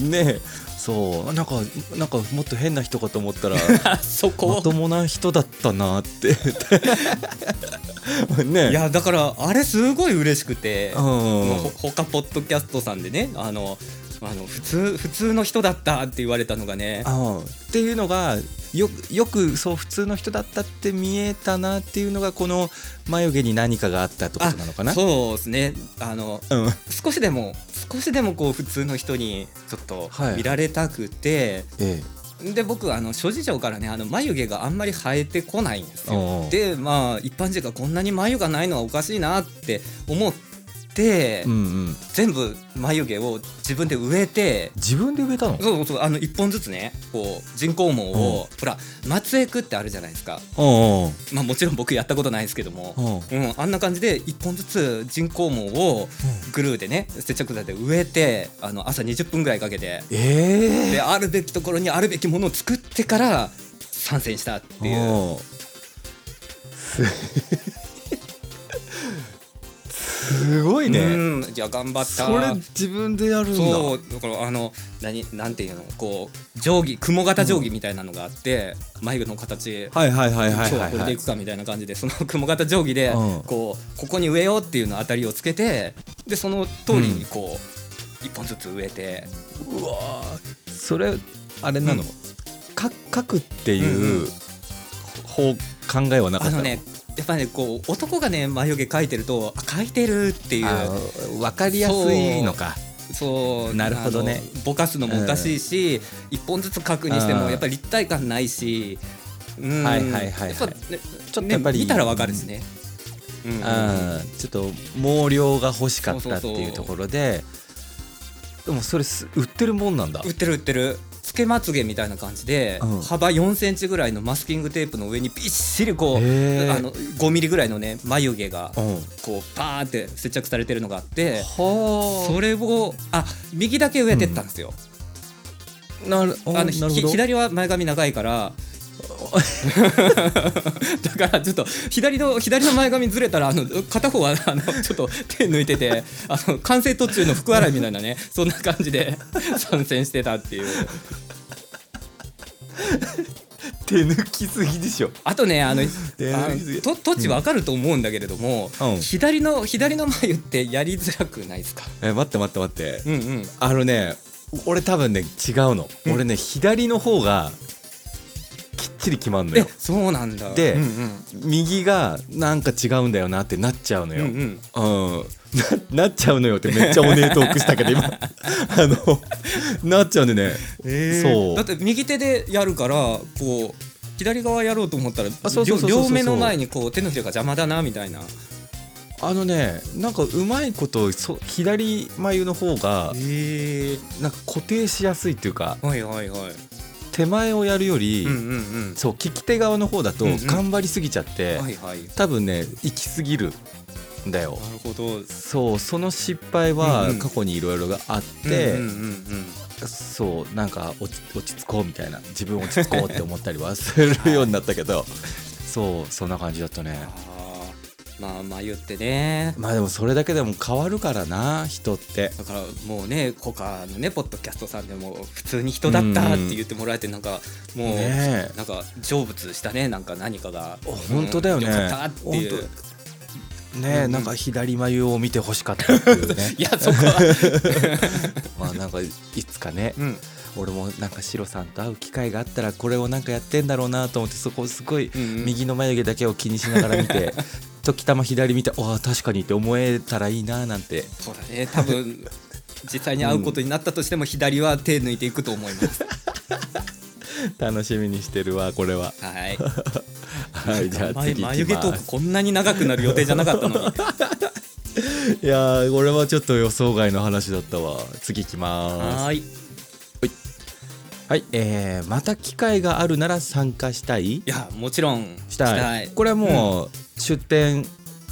ねそうなんかなんかもっと変な人かと思ったらあ *laughs* そこまともな人だったなって *laughs* ねいやだからあれすごい嬉しくて、うんもうほ他ポッドキャストさんでねあのあの普通普通の人だったって言われたのがねあーっていうのがよよくそう普通の人だったって見えたなっていうのがこの眉毛に何かがあったってことなのかなそうですねあのうん、少しでも少しでもこう普通の人にちょっとはい見られたくて、えで僕あの諸事情からねあの眉毛があんまり生えてこないんですおうおようでまあ一般人がこんなに眉がないのはおかしいなって思って、え、うんうん、全部眉毛を自分で植えて自分で植えたのそうそうそうあの1本ずつねこう人工毛を、ほら松江区ってあるじゃないですか、おうまあ、もちろん僕やったことないですけども、おうおううん、あんな感じで1本ずつ人工毛をグルーでね接着剤で植えてあの朝20分ぐらいかけてえでえあるべきところにあるべきものを作ってから参戦したっていうおうすすごいねうん、じゃあ頑張ったそれ自分でやるんだそうだからあの何なんていうのこう定規雲型定規みたいなのがあって、眉毛の形はいはいはい今はい日ははいこれはでいいくかみたいな感じでその雲型定規でうんこうここに植えようっていうの当たりをつけてでその通りにこう一本ずつ植えてうわーそれあれなの、うんか書くってうんういんう方考えはなかあったのねやっぱねこう男がね眉毛描いてるとあ描いてるっていうあーわかりやすいのかそうなるほどねあのぼかすのもおかしいし一本ずつ描くにしてうもんやっぱり立体感ないしうんはいはいはいはいやっぱねちょっとやっぱりね見たらわかるしねうんあーちょっと毛量が欲しかったっていうところででもそれす売ってるもんなんだ売ってる売ってるつけまつげみたいな感じで、うん幅4センチぐらいのマスキングテープの上にびっしりこう、へーあの5ミリぐらいのね眉毛がうんこうパーンって接着されてるのがあってはそれをあ右だけ植えてったんですよ、あなるあのなるひほど左は前髪長いから *laughs* だからちょっと左の左の前髪ずれたらあの片方はあのちょっと手抜いててあの完成途中の服洗いみたいなねそんな感じで *laughs* 参戦してたっていう。手抜きすぎでしょあとねあのえあいいと土地わかると思うんだけれども、うん左の左の眉ってやりづらくないですかえ待って待って待ってうんうんあのね俺多分ね違うの俺ね左の方がきっちり決まるのえよそうなんだでうん右がなんか違うんだよなってなっちゃうのうんうよ、んうんうんななっちゃうのよってめっちゃおねえトークしたけど今 *laughs* あのなっちゃうんでね、そうだって右手でやるからこう左側やろうと思ったらあそうそうそうそうそう両両目の前にこう手のひらが邪魔だなみたいなあのねなんかうまいことそ左眉の方がえなんか固定しやすいっていうかはいはいはい手前をやるより、うんうんそう利き手側の方だとうんうん頑張りすぎちゃって、うんはいはいな多分ね行き過ぎるんだよるほどそうその失敗うんはうん過去にいろいろがあって、うんうんうんうんそうなんか落ち落ち着こうみたいな自分落ち着こうって思ったりはするようになったけどそうそんな感じだったねあーまあ眉ってねまあでもそれだけでも変わるからな人ってだからもうね他のねポッドキャストさんでも普通に人だったって言ってもらえてなんかもう、ねえなんか成仏したねなんか何かが本当だよねうんよかったっていう本ねえ、うんなんか左眉を見てほしかったっていう *laughs* ねいやそこ *laughs* は、まあなんかいつかねうん俺もなんかシロさんと会う機会があったらこれをなんかやってんだろうなと思ってそこをすごいうんうん右の眉毛だけを気にしながら見 *laughs* て時たま左見てああ確かにって思えたらいいななんてそうだね多分実際に会うことになったとしても左は手抜いていくと思います、楽しみにしてるわこれははいはいじゃあ *laughs* 眉次眉行毛きトーまクすこんなに長くなる予定じゃなかっ *laughs* たのにいやーこれはちょっと予想外の話だったわ次行きますはーいはいえー、また機会があるなら参加したいいやもちろんしたいこれはもう、出店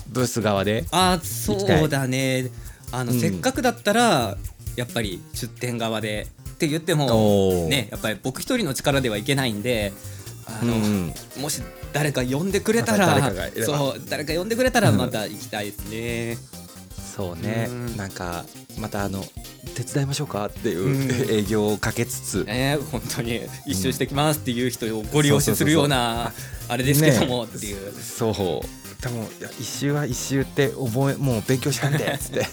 ブース側であーそうだねあの、うんせっかくだったらやっぱり出店側でって言ってもおーねやっぱり僕一人の力ではいけないんであうの、んもし誰か呼んでくれたらまた誰かがいればそう誰か呼んでくれたらまた行きたいですね、そうね、うんなんかまたあの手伝いましょうかっていう、うん *laughs* 営業をかけつつ、ね本当に一周してきますっていう人をご利用しするようなあれですけどもっねていう、そうでもいや一周は一周って覚えもう勉強したんでつって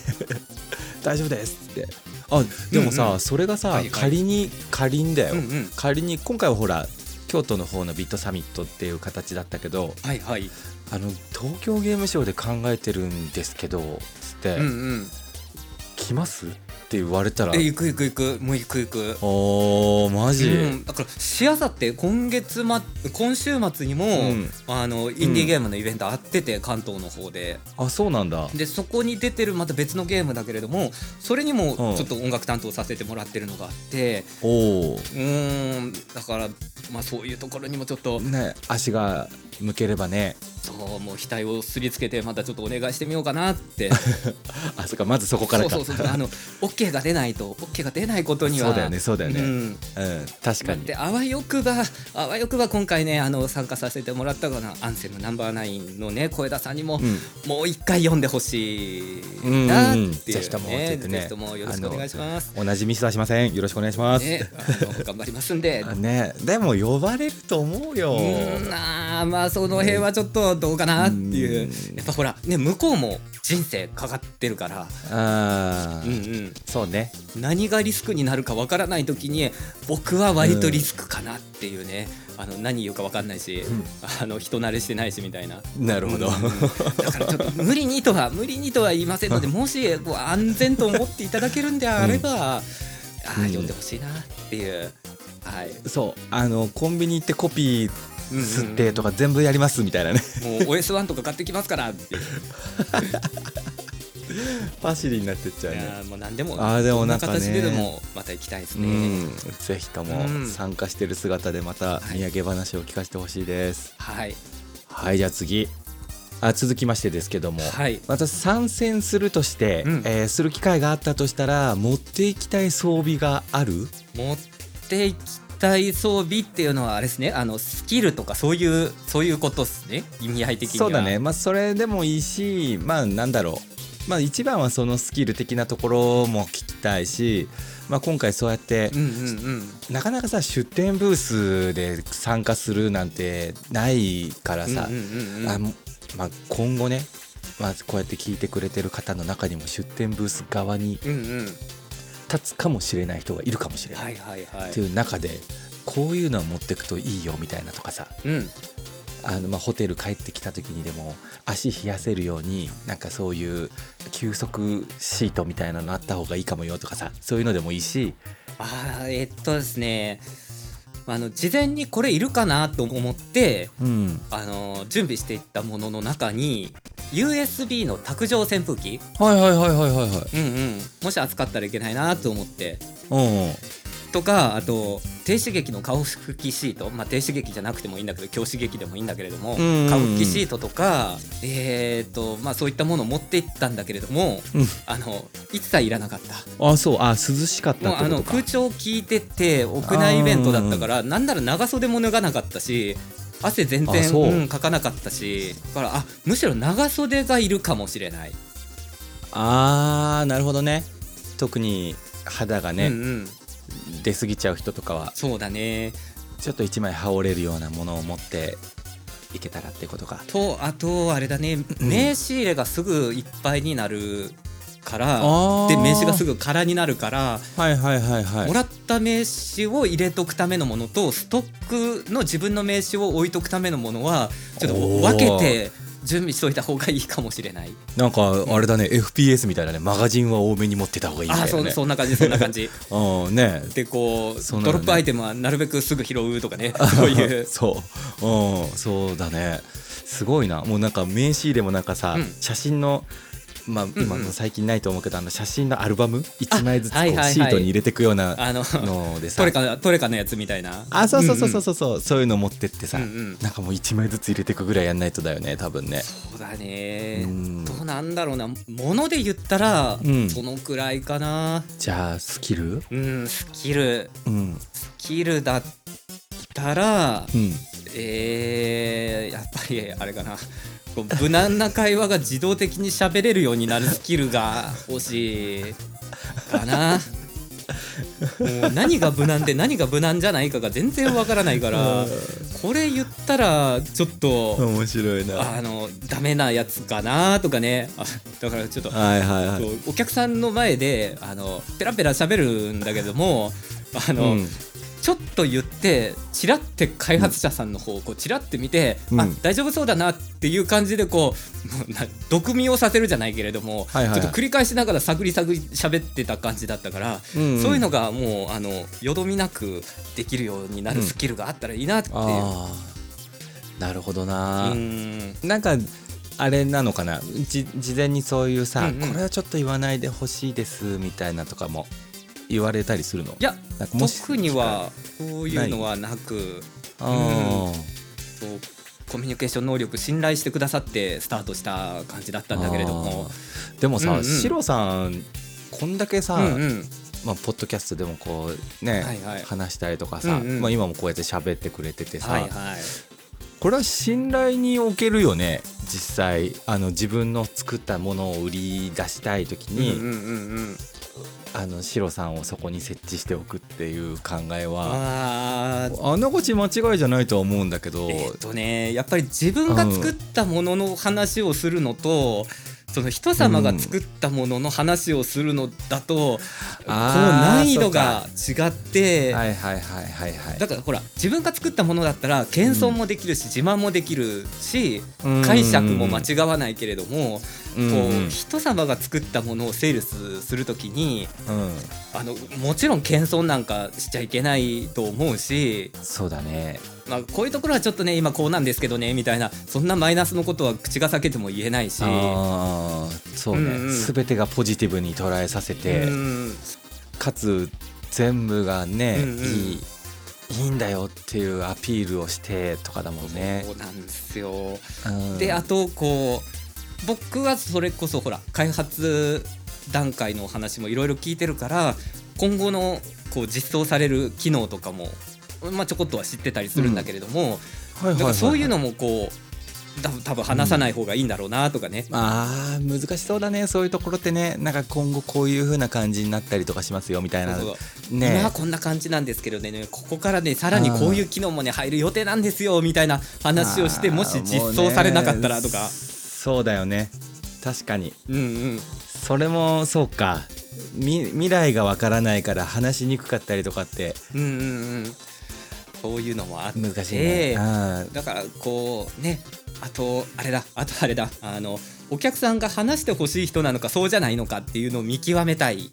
*laughs* 大丈夫ですってあでもさ、うんうんそれがさ、はいはい仮に仮にだよ、うんうん仮に今回はほら京都の方のビットサミットっていう形だったけどはいはいあの東京ゲームショウで考えてるんですけどつって、うんうん来ますって言われたらえ行く行く行くもう行く行くおーマジ、うん、だからしあさって今月、ま、今週末にも、うんあのインディーゲームのイベントあってて、関東の方であそうなんだでそこに出てるまた別のゲームだけれどもそれにもうんちょっと音楽担当させてもらってるのがあっておおうーんだから、まあ、そういうところにもちょっとね足が向ければねそうもう額をすりつけてまたちょっとお願いしてみようかなってあそっかまずそこからかそうそうそうあの OK が出ないと OK が出ないことにはそうだよねそうだよねんうん確かだっにてあわよくばあわよくば今回ねあの参加させてもらったかなアンセムナンバーナインのね小枝さんにも、うんもう一回読んでほしいなっうんうんてぜいひとうもぜねひともねぜひともよろしくお願いします。同じミスはしませんよろしくお願いしますね、あの頑張りますんで。あねでも呼ばれると思ううよんあーまあその辺はちょっとどうかなっていううんやっぱほらね向こうも人生かかってるから、あうんーうん、そうね何がリスクになるかわからない時に僕は割とリスクかなっていうね、あの何言うかわかんないし、んあの人慣れしてないしみたいな。なるほどうんだからちょっと無理にとは無理にとは言いま *laughs* せんのでもしこう安全と思っていただけるんであれば、あうんあ読んでほしいなっていう、はい、そうあのコンビニ行ってコピーうんうん吸ってとか全部やりますみたいな *laughs* ねもう OS1 とか買ってきますから *laughs* っていうパシリになってっちゃういねやもう何でもあーでもなんかどねな形ででもまた行きたいですうね、んぜひとうもん参加してる姿でまたはい土産話を聞かせてほしいですはいはいじゃあ次あ続きましてですけども、はいまた参戦するとして、うんえーする機会があったとしたら持っていきたい装備がある持っていきたい装備っていうのはあれですねあのスキルとかそういうそういうことですね意味合い的にはそうだねまあそれでもいいしまあなんだろうまあ一番はそのスキル的なところも聞きたいし、まあ、今回そうやってうんうんうんなかなかさ出店ブースで参加するなんてないからさ、うんうんうんうんあもまあ、今後ね、まあ、こうやって聞いてくれてる方の中にも出店ブース側にうんうん立つかもしれない人がいるかもしれない、はいはいはいっていう中でこういうのは持ってくといいよみたいなとかさうんあのまあホテル帰ってきた時にでも足冷やせるようになんかそういう休息シートみたいなのあった方がいいかもよとかさそういうのでもいいしあーえっとですねあの事前にこれいるかなと思ってうんあの準備していったものの中に USB の卓上扇風機、はいはいはいはいはいはいうんうん、もし扱ったらいけないなと思ってうんうんとかあと低刺激の顔拭きシート、まあ、低刺激じゃなくてもいいんだけど強刺激でもいいんだけれどもんうんうん顔拭きシートとか、えーとまあ、そういったものを持っていったんだけれども、うんあの一切いらなかった。あそうあ涼しかっもたうってあこのとか空調を聞いてて屋内イベントだったからなんなら長袖も脱がなかったし汗全あ然そううん、かかなかったしだからあむしろ長袖がいるかもしれない、あーなるほどね特に肌がね、うんうん、出過ぎちゃう人とかはそうだねちょっと一枚羽織れるようなものを持っていけたらってことかとあとあれだね名刺入れがすぐいっぱいになるから、あーで名刺がすぐ空になるから、はいはいはいはいもらった名刺を入れとくためのものとストックの自分の名刺を置いとくためのものはちょっと分けて準備しといた方がいいかもしれないなんかあれだね FPS みたいなねマガジンは多めに持ってた方がいいみたいあなあそねうそんな感じそんな感じうんねでこうそうなのドねロップアイテムはなるべくすぐ拾う *laughs* とかねそういうそう、うん、そうだねすごいなもうなんか名刺入れもなんかさ、うん写真のまあうん今の最近ないと思うけど、あの写真のアルバム1枚ずつこはいうはいはいシートに入れていくようなあの *laughs* のでさ、トレカトレカのやつみたいなあそうそうそうそんうそうそう、そういうの持ってってさ、うんうんなんかもう1枚ずつ入れていくぐらいやんないとだよね多分ねそうだねうんどうなんだろうなもので言ったら、うんそのくらいかなじゃあスキルうんスキルうんスキルだったらうんえー、やっぱりあれかなこう無難な会話が自動的に喋れるようになるスキルが欲しいかな。もう何が無難で何が無難じゃないかが全然わからないからこれ言ったらちょっと面白いなはあのダメなやつかなとかねあだからちょっといはいはいお客さんの前であのペラペラ喋るんだけどもあの、うんちょっと言ってちらって開発者さんの方をこうちらって見て、うんあ大丈夫そうだなっていう感じでこうも *laughs* うな毒味をさせるじゃないけれども、はいはいはいちょっと繰り返しながら探り探り喋ってた感じだったから、うんうんそういうのがもうあのよどみなくできるようになるスキルがあったらいいなっていう。あーなるほどな、うんなんかあれなのかなじ事前にそういうさ、うんうんこれはちょっと言わないでほしいですみたいなとかも言われたりするのいやなんかもし特にはそういうのはなくあそうコミュニケーション能力信頼してくださってスタートした感じだったんだけれどもあ。ーでもさ、うんうんシロさんこんだけさ、うんうんまあ、ポッドキャストでもこうね、はいはい話したりとかさ、うんうんまあ、今もこうやって喋ってくれててさ、はいはいこれは信頼におけるよね実際あの自分の作ったものを売り出したい時に、うんうんうんうんあのシロさんをそこに設置しておくっていう考えはあーあなごち間違いじゃないとは思うんだけど、えっとねやっぱり自分が作ったものの話をするのと、その人様が作ったものの話をするのだと、このあー難易度が違って、はいはいはいはいはいだからほら自分が作ったものだったら謙遜もできるし、自慢もできるし、うん解釈も間違わないけれども、うんこう人様が作ったものをセールスするときにうんあのもちろん謙遜なんかしちゃいけないと思うしそうだねまあ、こういうところはちょっとね今こうなんですけどねみたいなそんなマイナスのことは口が裂けても言えないしあーそうね、うんうん全てがポジティブに捉えさせて、うんかつ全部がね、うんうんいいいいんだよっていうアピールをしてとかだもんねそ。うなんですよ、うんであとこう僕はそれこそほら開発段階のお話もいろいろ聞いてるから今後のこう実装される機能とかも、まあ、ちょこっとは知ってたりするんだけれども、はいはいだはいかはらいそういうのもこう多分多分話さない方がいいんだろうなとかね、あー難しそうだねそういうところってねなんか今後こういう風な感じになったりとかしますよみたいなそうそう今ねはこんな感じなんですけどねここからねさらにこういう機能もね入る予定なんですよみたいな話をしてあーもし実もう装ねされなかったらとかそうだよね確かにうんうんそれもそうかみ未来がわからないから話しにくかったりとかってうんうんうんそういうのもあって難しいね、あーだからこうねあとあれだあとあれだあのお客さんが話してほしい人なのかそうじゃないのかっていうのを見極めたい、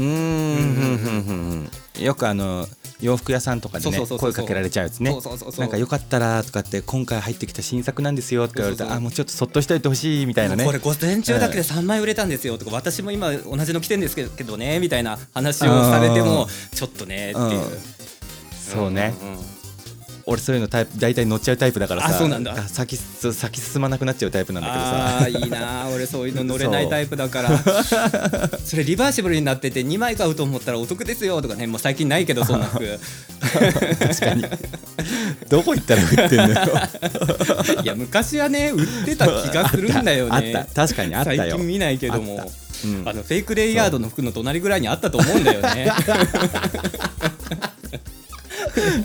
うんうんうんうんうんよくあの洋服屋さんとかでねそうそうそうそう声かけられちゃうやつねそうそうそうそうなんかよかったらとかって今回入ってきた新作なんですよって言われたらそうそうそうあもうちょっとそっとしといてほしいみたいなねこれ午前中だけで3枚売れたんですよとか、私も今同じの来てんですけどねみたいな話をされてもちょっとねっていう、うんそうね、んんうん俺そういうのタイプ大体乗っちゃうタイプだからさあそうなんだ先そう先進まなくなっちゃうタイプなんだけどあさあーいいなー俺そういうの乗れないタイプだからそれリバーシブルになってて2枚買うと思ったらお得ですよとかねもう最近ないけどそんな服確かにどこ行ったら売ってんだよいや昔はね売ってた *laughs* 気がするんだよあっね *laughs* たあった確かにあったよ最近見ないけどもああっ、たうんのフェイクレイヤードの服の隣ぐらいにあったと思うんだよ *laughs* ね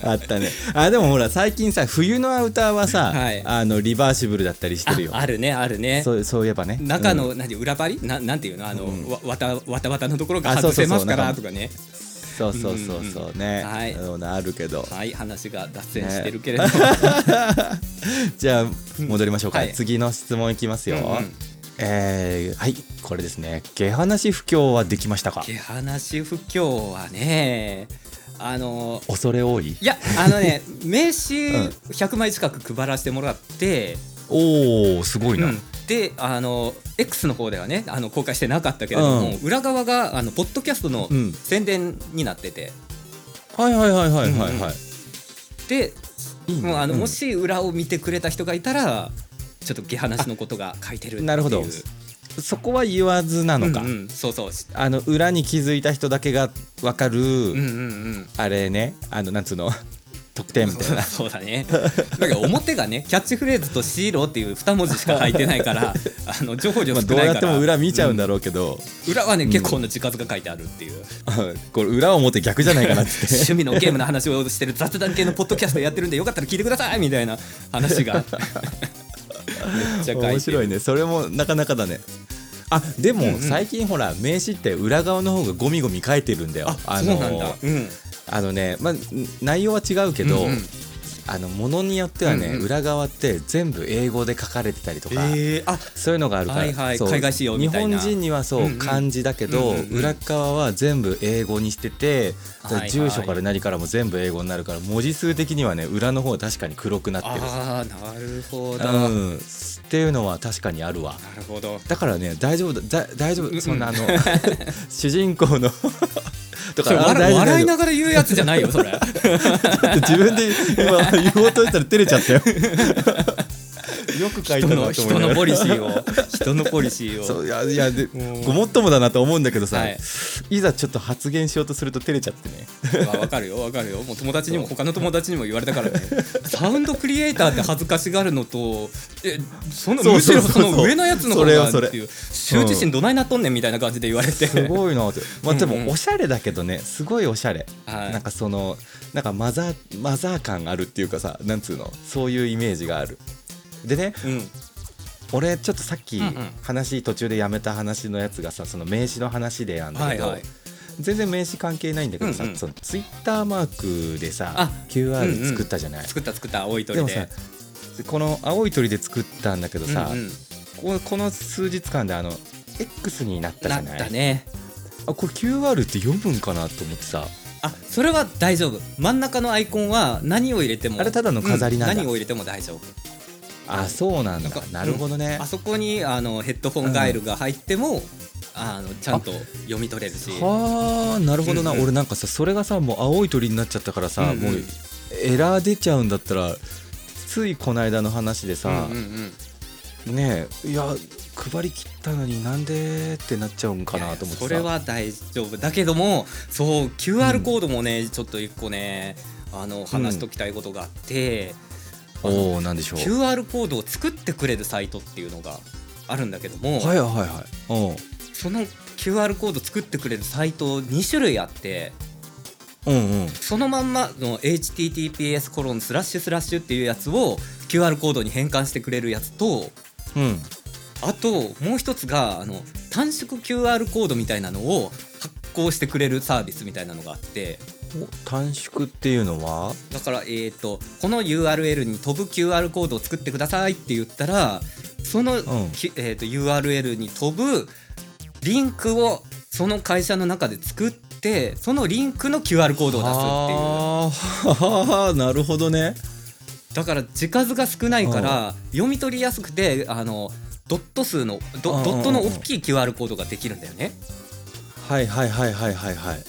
あったねあでもほら最近さ冬のアウターはさ、はいあのリバーシブルだったりしてるよ *laughs* ああるねあるねそうそういえばね中うんの何裏張りななんていうのあの、わわたわたわたのところがあそ外うそうせそうますかならんかとかねそうそうそうそうね、うんうんうんはいあのあるけど *laughs* はい話が脱線してるけれども、じゃあ戻りましょうか、はい次の質問いきますよ、うんうんえーはいこれですね下話不況はできましたか毛話不況はねあの恐れ多いいやあ *laughs* のね名刺うん100枚近く配らせてもらって、おおすごいな、うんであの X の方ではねあの公開してなかったけれども、うん裏側があのポッドキャストのうん宣伝になってて、はいはいはいはいはいうんうんはいでいいねもうあのうんもし裏を見てくれた人がいたらちょっと下話のことが書いてるっていうなるほどそこは言わずなのか、うんうんそうそうあの裏に気づいた人だけがわかる、うんうんうん *laughs* あれねあのなんつうの *laughs* 特典みたいなそうだねだから表がねキャッチフレーズと「シーロー」っていう2文字しか入ってないから *laughs* あの情報量まあ少どうないやかっら、ても裏見ちゃうんだろうけど、裏はね結構な字数が書いてあるっ *laughs* ていう、これ裏表逆じゃないかなっ *laughs* て趣味のゲームの話をしてる雑談系のポッドキャストやってるんでよかったら聞いてくださいみたいな *laughs* 話がめっちゃ書いてる面白いねそれもなかなかだねあでも最近ほら名刺って裏側の方がゴミゴミ書いてるんだよあのそうなんだうんあのね、まあ、ん内容は違うけど、うんうんあのものによってはね、うんうん裏側って全部英語で書かれてたりとか、えー、あそういうのがあるから、はいはいそう海外仕様みたいな日本人にはそう、うんうん漢字だけど、うんうんうん裏側は全部英語にしてて、はいはい住所から何からも全部英語になるから文字数的にはね裏の方は確かに黒くなってる。あーなるほど、う、なんっていうのは確かにあるわ。るほどだからね大丈夫だだ大丈うんう夫んそんなあの *laughs* 主人公 *laughs* のとかあ大丈夫それ笑笑い大丈夫ながら言うやつじゃないよ *laughs* それ自分で今言おうとしたら照れちゃった *laughs* よ。よく書い人たのなと思い人なのがらポリシーを *laughs* 人のポリシーをそういやいやでうんごもっともだなと思うんだけどさ、はいい、ざちょっと発言しようとすると照れちゃってね。まあわかるよわかるよもう友達にも他の友達にも言われたから *laughs* ねサウンドクリエイターって恥ずかしがるのとえそのそうむしそうろそうそそうの上のやつの方それよがそれっていう羞恥心どないなっとんねんみたいな感じで言われてすごいなって、まあ、でうんうんもおしゃれだけどねすごいおしゃれ、はいなんかそのなんかマザーマザー感あるっていうかさなんつうのそういうイメージがあるでねうん俺ちょっとさっきうんうん話途中でやめた話のやつがさその名刺の話でなんだはけいど、はい全然名刺関係ないんだけどさ、うんうんそのツイッターマークでさあ QR 作ったじゃない、作った作った青い鳥ででもさこの青い鳥で作ったんだけどさ、うんうんここの数日間であの X になったじなゃっないたねあこれ QR って読むんかなと思ってさあそれは大丈夫真ん中のアイコンは何を入れてもあれただの飾りなんだう何を入れても大丈夫あそうなんだなんかなるほどねあ、そこにあのヘッドホンガイルが入っても、あのちゃんと読み取れるしはあなるほどな、うんうん俺なんかさそれがさもう青い鳥になっちゃったからさ、うんうんもうエラー出ちゃうんだったらついこの間の話でさ、うんうんうんねえいや配りきったのになんでってなっちゃうんかなと思ってさいやそれは大丈夫だけどもそう QR コードもね、ちょっと一個ねあの話しときたいことがあって、おおなんでしょう QR コードを作ってくれるサイトっていうのがあるんだけども、はいはいはいはいその QR コード作ってくれるサイト2種類あってうんうんうんそのまんまの https コロンスラッシュスラッシュっていうやつを QR コードに変換してくれるやつとうんあともう一つがあの短縮 QR コードみたいなのを発行してくれるサービスみたいなのがあって。お短縮っていうのはだから、えー、とこの URL に飛ぶ QR コードを作ってくださいって言ったらその、んきえー、と URL に飛ぶリンクをその会社の中で作ってそのリンクの QR コードを出すっていうあー *laughs* なるほどねだから字数が少ないから読み取りやすくてあのドット数のドうんうんうんドットの大きい QR コードができるんだよね。はいはいはいはいはいはい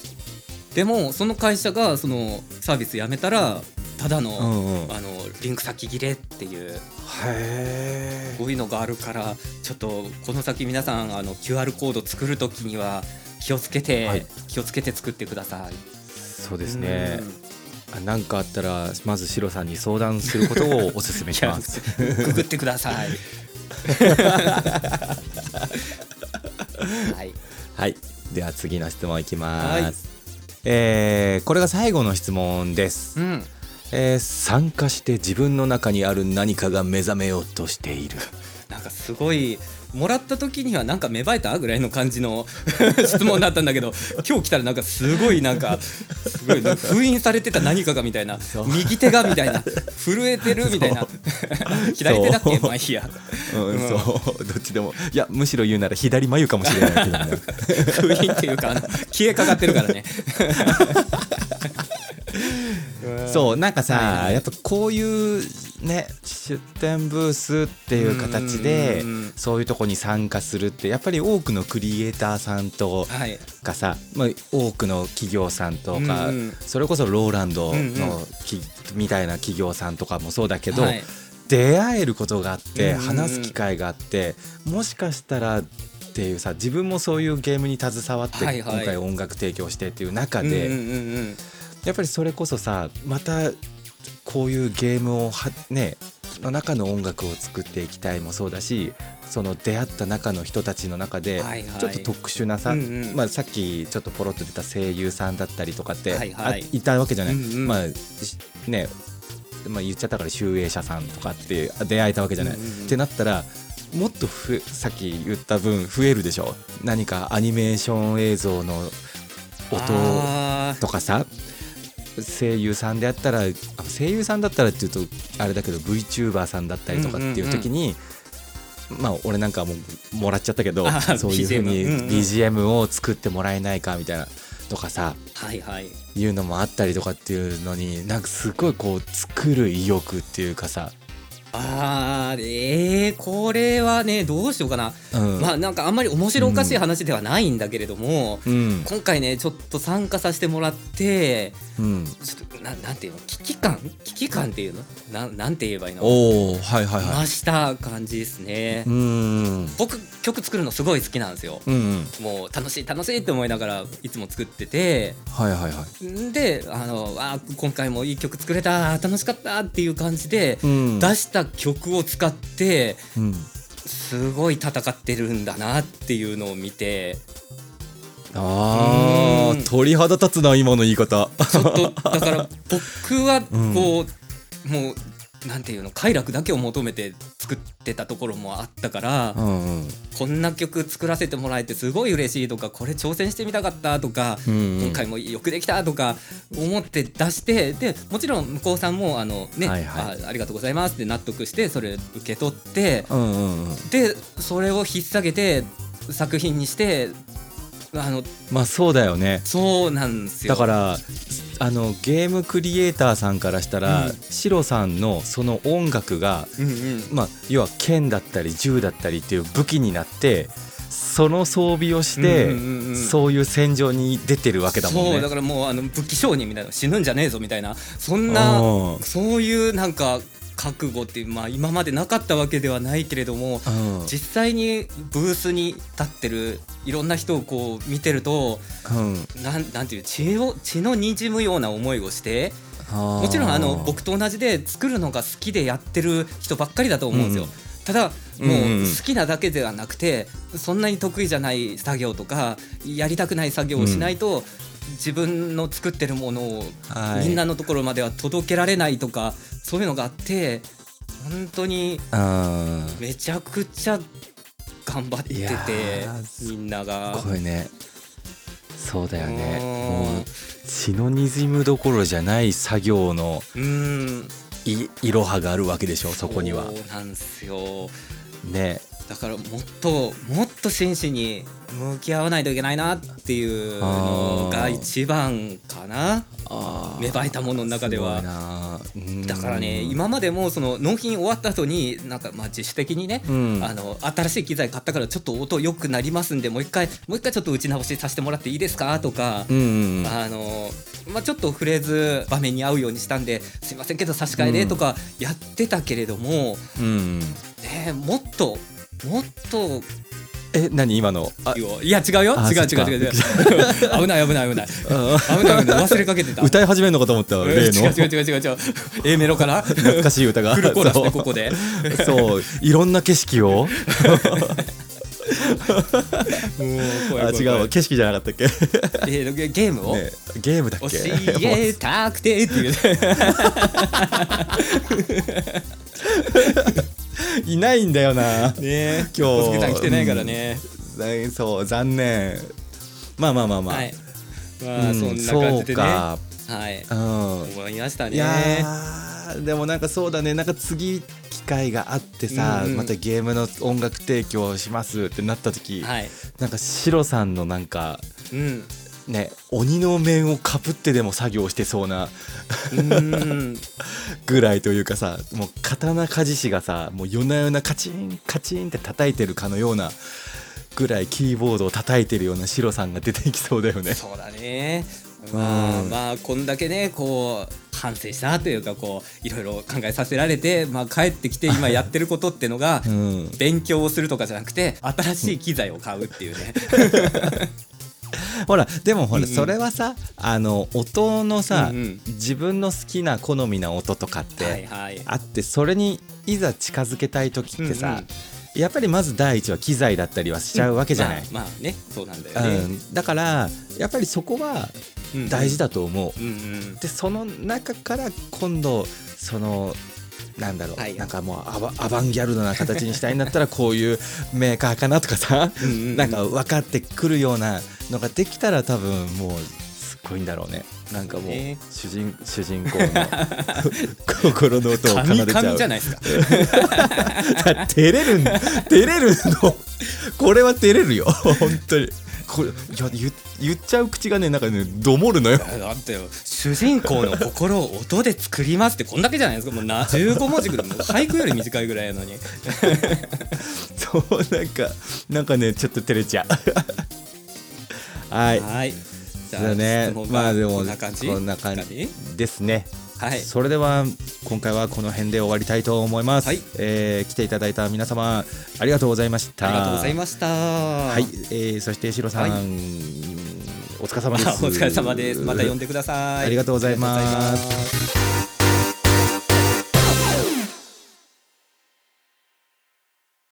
でもその会社がそのサービスやめたらただの,、うんうんあのリンク先切れっていうへこういうのがあるからちょっとこの先皆さんあの QR コード作るときには気をつけて、はい気をつけて作ってください。そうでですねあなんかあったらまずシロさんに相談することをお勧めします *laughs* ググってください。はい。はいでは次の質問いきます、えーこれが最後の質問ですうん。えー参加して自分の中にある何かが目覚めようとしているなんなんかすごいもらった時にはなんか芽生えたぐらいの感じの *laughs* 質問だったんだけ *laughs* ど今日来たらなんかすごいなんかすごいなんか封印されてた何かがみたいなそう右手がみたいな震えてるみたいな左手だっけまあいいやうん、うん *laughs* そうどっちでもいやむしろ言うなら左眉かもしれないけどね封印っていうかあの消えかかってるからねそうなんかさ、はいはいやっぱこういうね出店ブースっていう形でうんうんうんそういうとこに参加するってやっぱり多くのクリエイターさんとはいかさ、まあ、多くの企業さんとか、うんうんそれこそローランドうんうんのき、みたいな企業さんとかもそうだけど、はい出会えることがあって、うんうんうん話す機会があってもしかしたらっていうさ自分もそういうゲームに携わって、はいはい今回音楽提供してっていう中うんうんで、うんうんやっぱりそれこそさまたこういうゲームをはねの中の音楽を作っていきたいもそうだしその出会った中の人たちの中ではいはいちょっと特殊なさ、うんうんまあ、さっきちょっとポロッと出た声優さんだったりとかって、はいはいあいたわけじゃない、うんうんまあしねまあ、言っちゃったから集英社さんとかって出会えたわけじゃない。うんうんうんってなったらもっとふさっき言った分増えるでしょ何かアニメーション映像の音をあーとかさ声優さんであったらあ声優さんだったらっていうとあれだけど VTuber さんだったりとかっていう時に、まあ俺なんかはもうもらっちゃったけどあ *laughs* ーそういうふう BGM にうんうん BGM を作ってもらえないかみたいなとかさはいはいいうのもあったりとかっていうのになんかすごいこう作る意欲っていうかさ、あーえー、これはねどうしようかな、うんまあなんかあんまり面白おかしい話ではないんだけれども、うん今回ねちょっと参加させてもらってうん、ちょっとななんていうの危機感危機感っていうのななんて言えばいいのおおはいはいはい。増した感じですね、うん僕曲作るのすごい好きなんですようんうんもう楽しい楽しいって思いながらいつも作っててはいはいはい。んであのあー今回もいい曲作れた楽しかったっていう感じで、うん出した曲を使ってうんすごい戦ってるんだなっていうのを見てあうあん鳥肌立つな今の言い方。ちょっとだから僕はうんこう、もうなんていうの快楽だけを求めて作ってたところもあったから、うんうんこんな曲作らせてもらえてすごい嬉しいとかこれ挑戦してみたかったとか、うんうん今回もよくできたとか思って出してでもちろん向こうさんもあの、ねはいはいあありがとうございますって納得してそれ受け取って。うんうんうん、でそれを引っ提げて作品にしてあのまあそうだよねそうなんですよだからあのゲームクリエイターさんからしたら、うんシロさんのその音楽が、うんうんまあ、要は剣だったり銃だったりっていう武器になってその装備をして、うんうんうんそういう戦場に出てるわけだもんね。そうだからもうあの武器商人みたいな死ぬんじゃねえぞみたいなそんなうんそういうなんか覚悟っていうまあ今までなかったわけではないけれどもうん実際にブースに立ってるいろんな人をこう見てるとうんなんなんていう血を血のにじむような思いをしてあーもちろんあの僕と同じで作るのが好きでやってる人ばっかりだと思うんですよ。うんただもううんうん好きなだけではなくてそんなに得意じゃない作業とかやりたくない作業をしないと自分の作ってるものをはいみんなのところまでは届けられないとかそういうのがあって本当にうんめちゃくちゃ頑張っていてやーみんなが。これねそうだよねうんもう血のにじむどころじゃない作業のうーんいいろはがあるわけでしょそこにはそうなんですよねだからもっともっと真摯に向き合わないといけないなっていうのが一番かなあー芽生えたものの中ではすごいなうんだからね今までもその納品終わった後になんかまあ自主的にね、うんあの新しい機材買ったからちょっと音良くなりますんでもう一回もう一回ちょっと打ち直しさせてもらっていいですかとかう、んうんうんあのまあ、ちょっとフレーズ場面に合うようにしたんですいませんけど差し替えでとかやってたけれども、うんね、もっともっとえ何今のあいや違うよあ違うそっか違 *laughs* う違う違う危ない危ない危ない危ない危ない忘れかけてた歌い始めるのかと思ったわえー例 *laughs* 違う違うの違う *laughs* 違う違う A メロから懐フかしい歌がルコーラスでそこうこでそういろんな景色をあ違もう怖い怖い怖いうわ景色じゃなかったっけえーゲゲームを *laughs* ねゲームだっ教け *laughs* えたく *laughs* てっていうもういないんだよなね今日小杉さん来てないからね、ざそう残念まあまあまあまあ、はいうんまあ、そんな感じでねはかいうん思いましたいねやーでもなんかそうだねなんか次機会があってさ、うんうんまたゲームの音楽提供をしますってなった時、はいなんかシロさんのなんか *laughs* うんね鬼の面をかぶってでも作業してそうなうんぐらいというかさもう刀鍛冶師がさもう夜な夜なカチンカチンって叩いてるかのようなぐらいキーボードを叩いてるようなシロさんが出てきそうだよね。そうだね。うんまあ、まあ、こんだけね、こう反省したというか、こういろいろ考えさせられて、まあ、帰ってきて、今やってることってのが。 *laughs* うん、勉強をするとかじゃなくて、新しい機材を買うっていう *laughs* ね。 *laughs* ほらでもほら、うんうんそれはさあの音のさ、うんうん自分の好きな好みな音とかって、はいはい。あってそれにいざ近づけたい時ってうんさ、やっぱりまず第一は機材だったりはしちゃうわけじゃない、まあ、まあね、そうなんだようね。ん、だからやっぱりそこはうん大事。だと思う、うんうん。でその中から今度そのなんだろう、はいなんかもうアバアバンギャルドな形にしたいんだったらこういうメーカーかなとかさ、うんうんうんなんか分かってくるようなのができたら多分もうすっごいんだろうねなんかもうね主人主人公の心の音を奏神でちゃ々うじゃな *laughs* いですか。だ照れるん照れるのこれは照れるよ本当にこれいや言言っちゃう口がねなんかねどもるのよだってよ主人公の心を音で作りますってこんだけじゃないですかもうな15文字ぐらいもう俳句より短いぐらいなのに *laughs* そうなんかなんかねちょっと照れちゃうはいはい。じだね質問がまあでもこんな感じ。こんな感じですねはい。それでは今回はこの辺で終わりたいと思います、はいえー来ていただいた皆様ありがとうございましたありがとうございました。ははい、えーそしてシロさん、はお疲れ様です *laughs* お疲れ様です。また呼んでください。ありがとうございますありがとうございます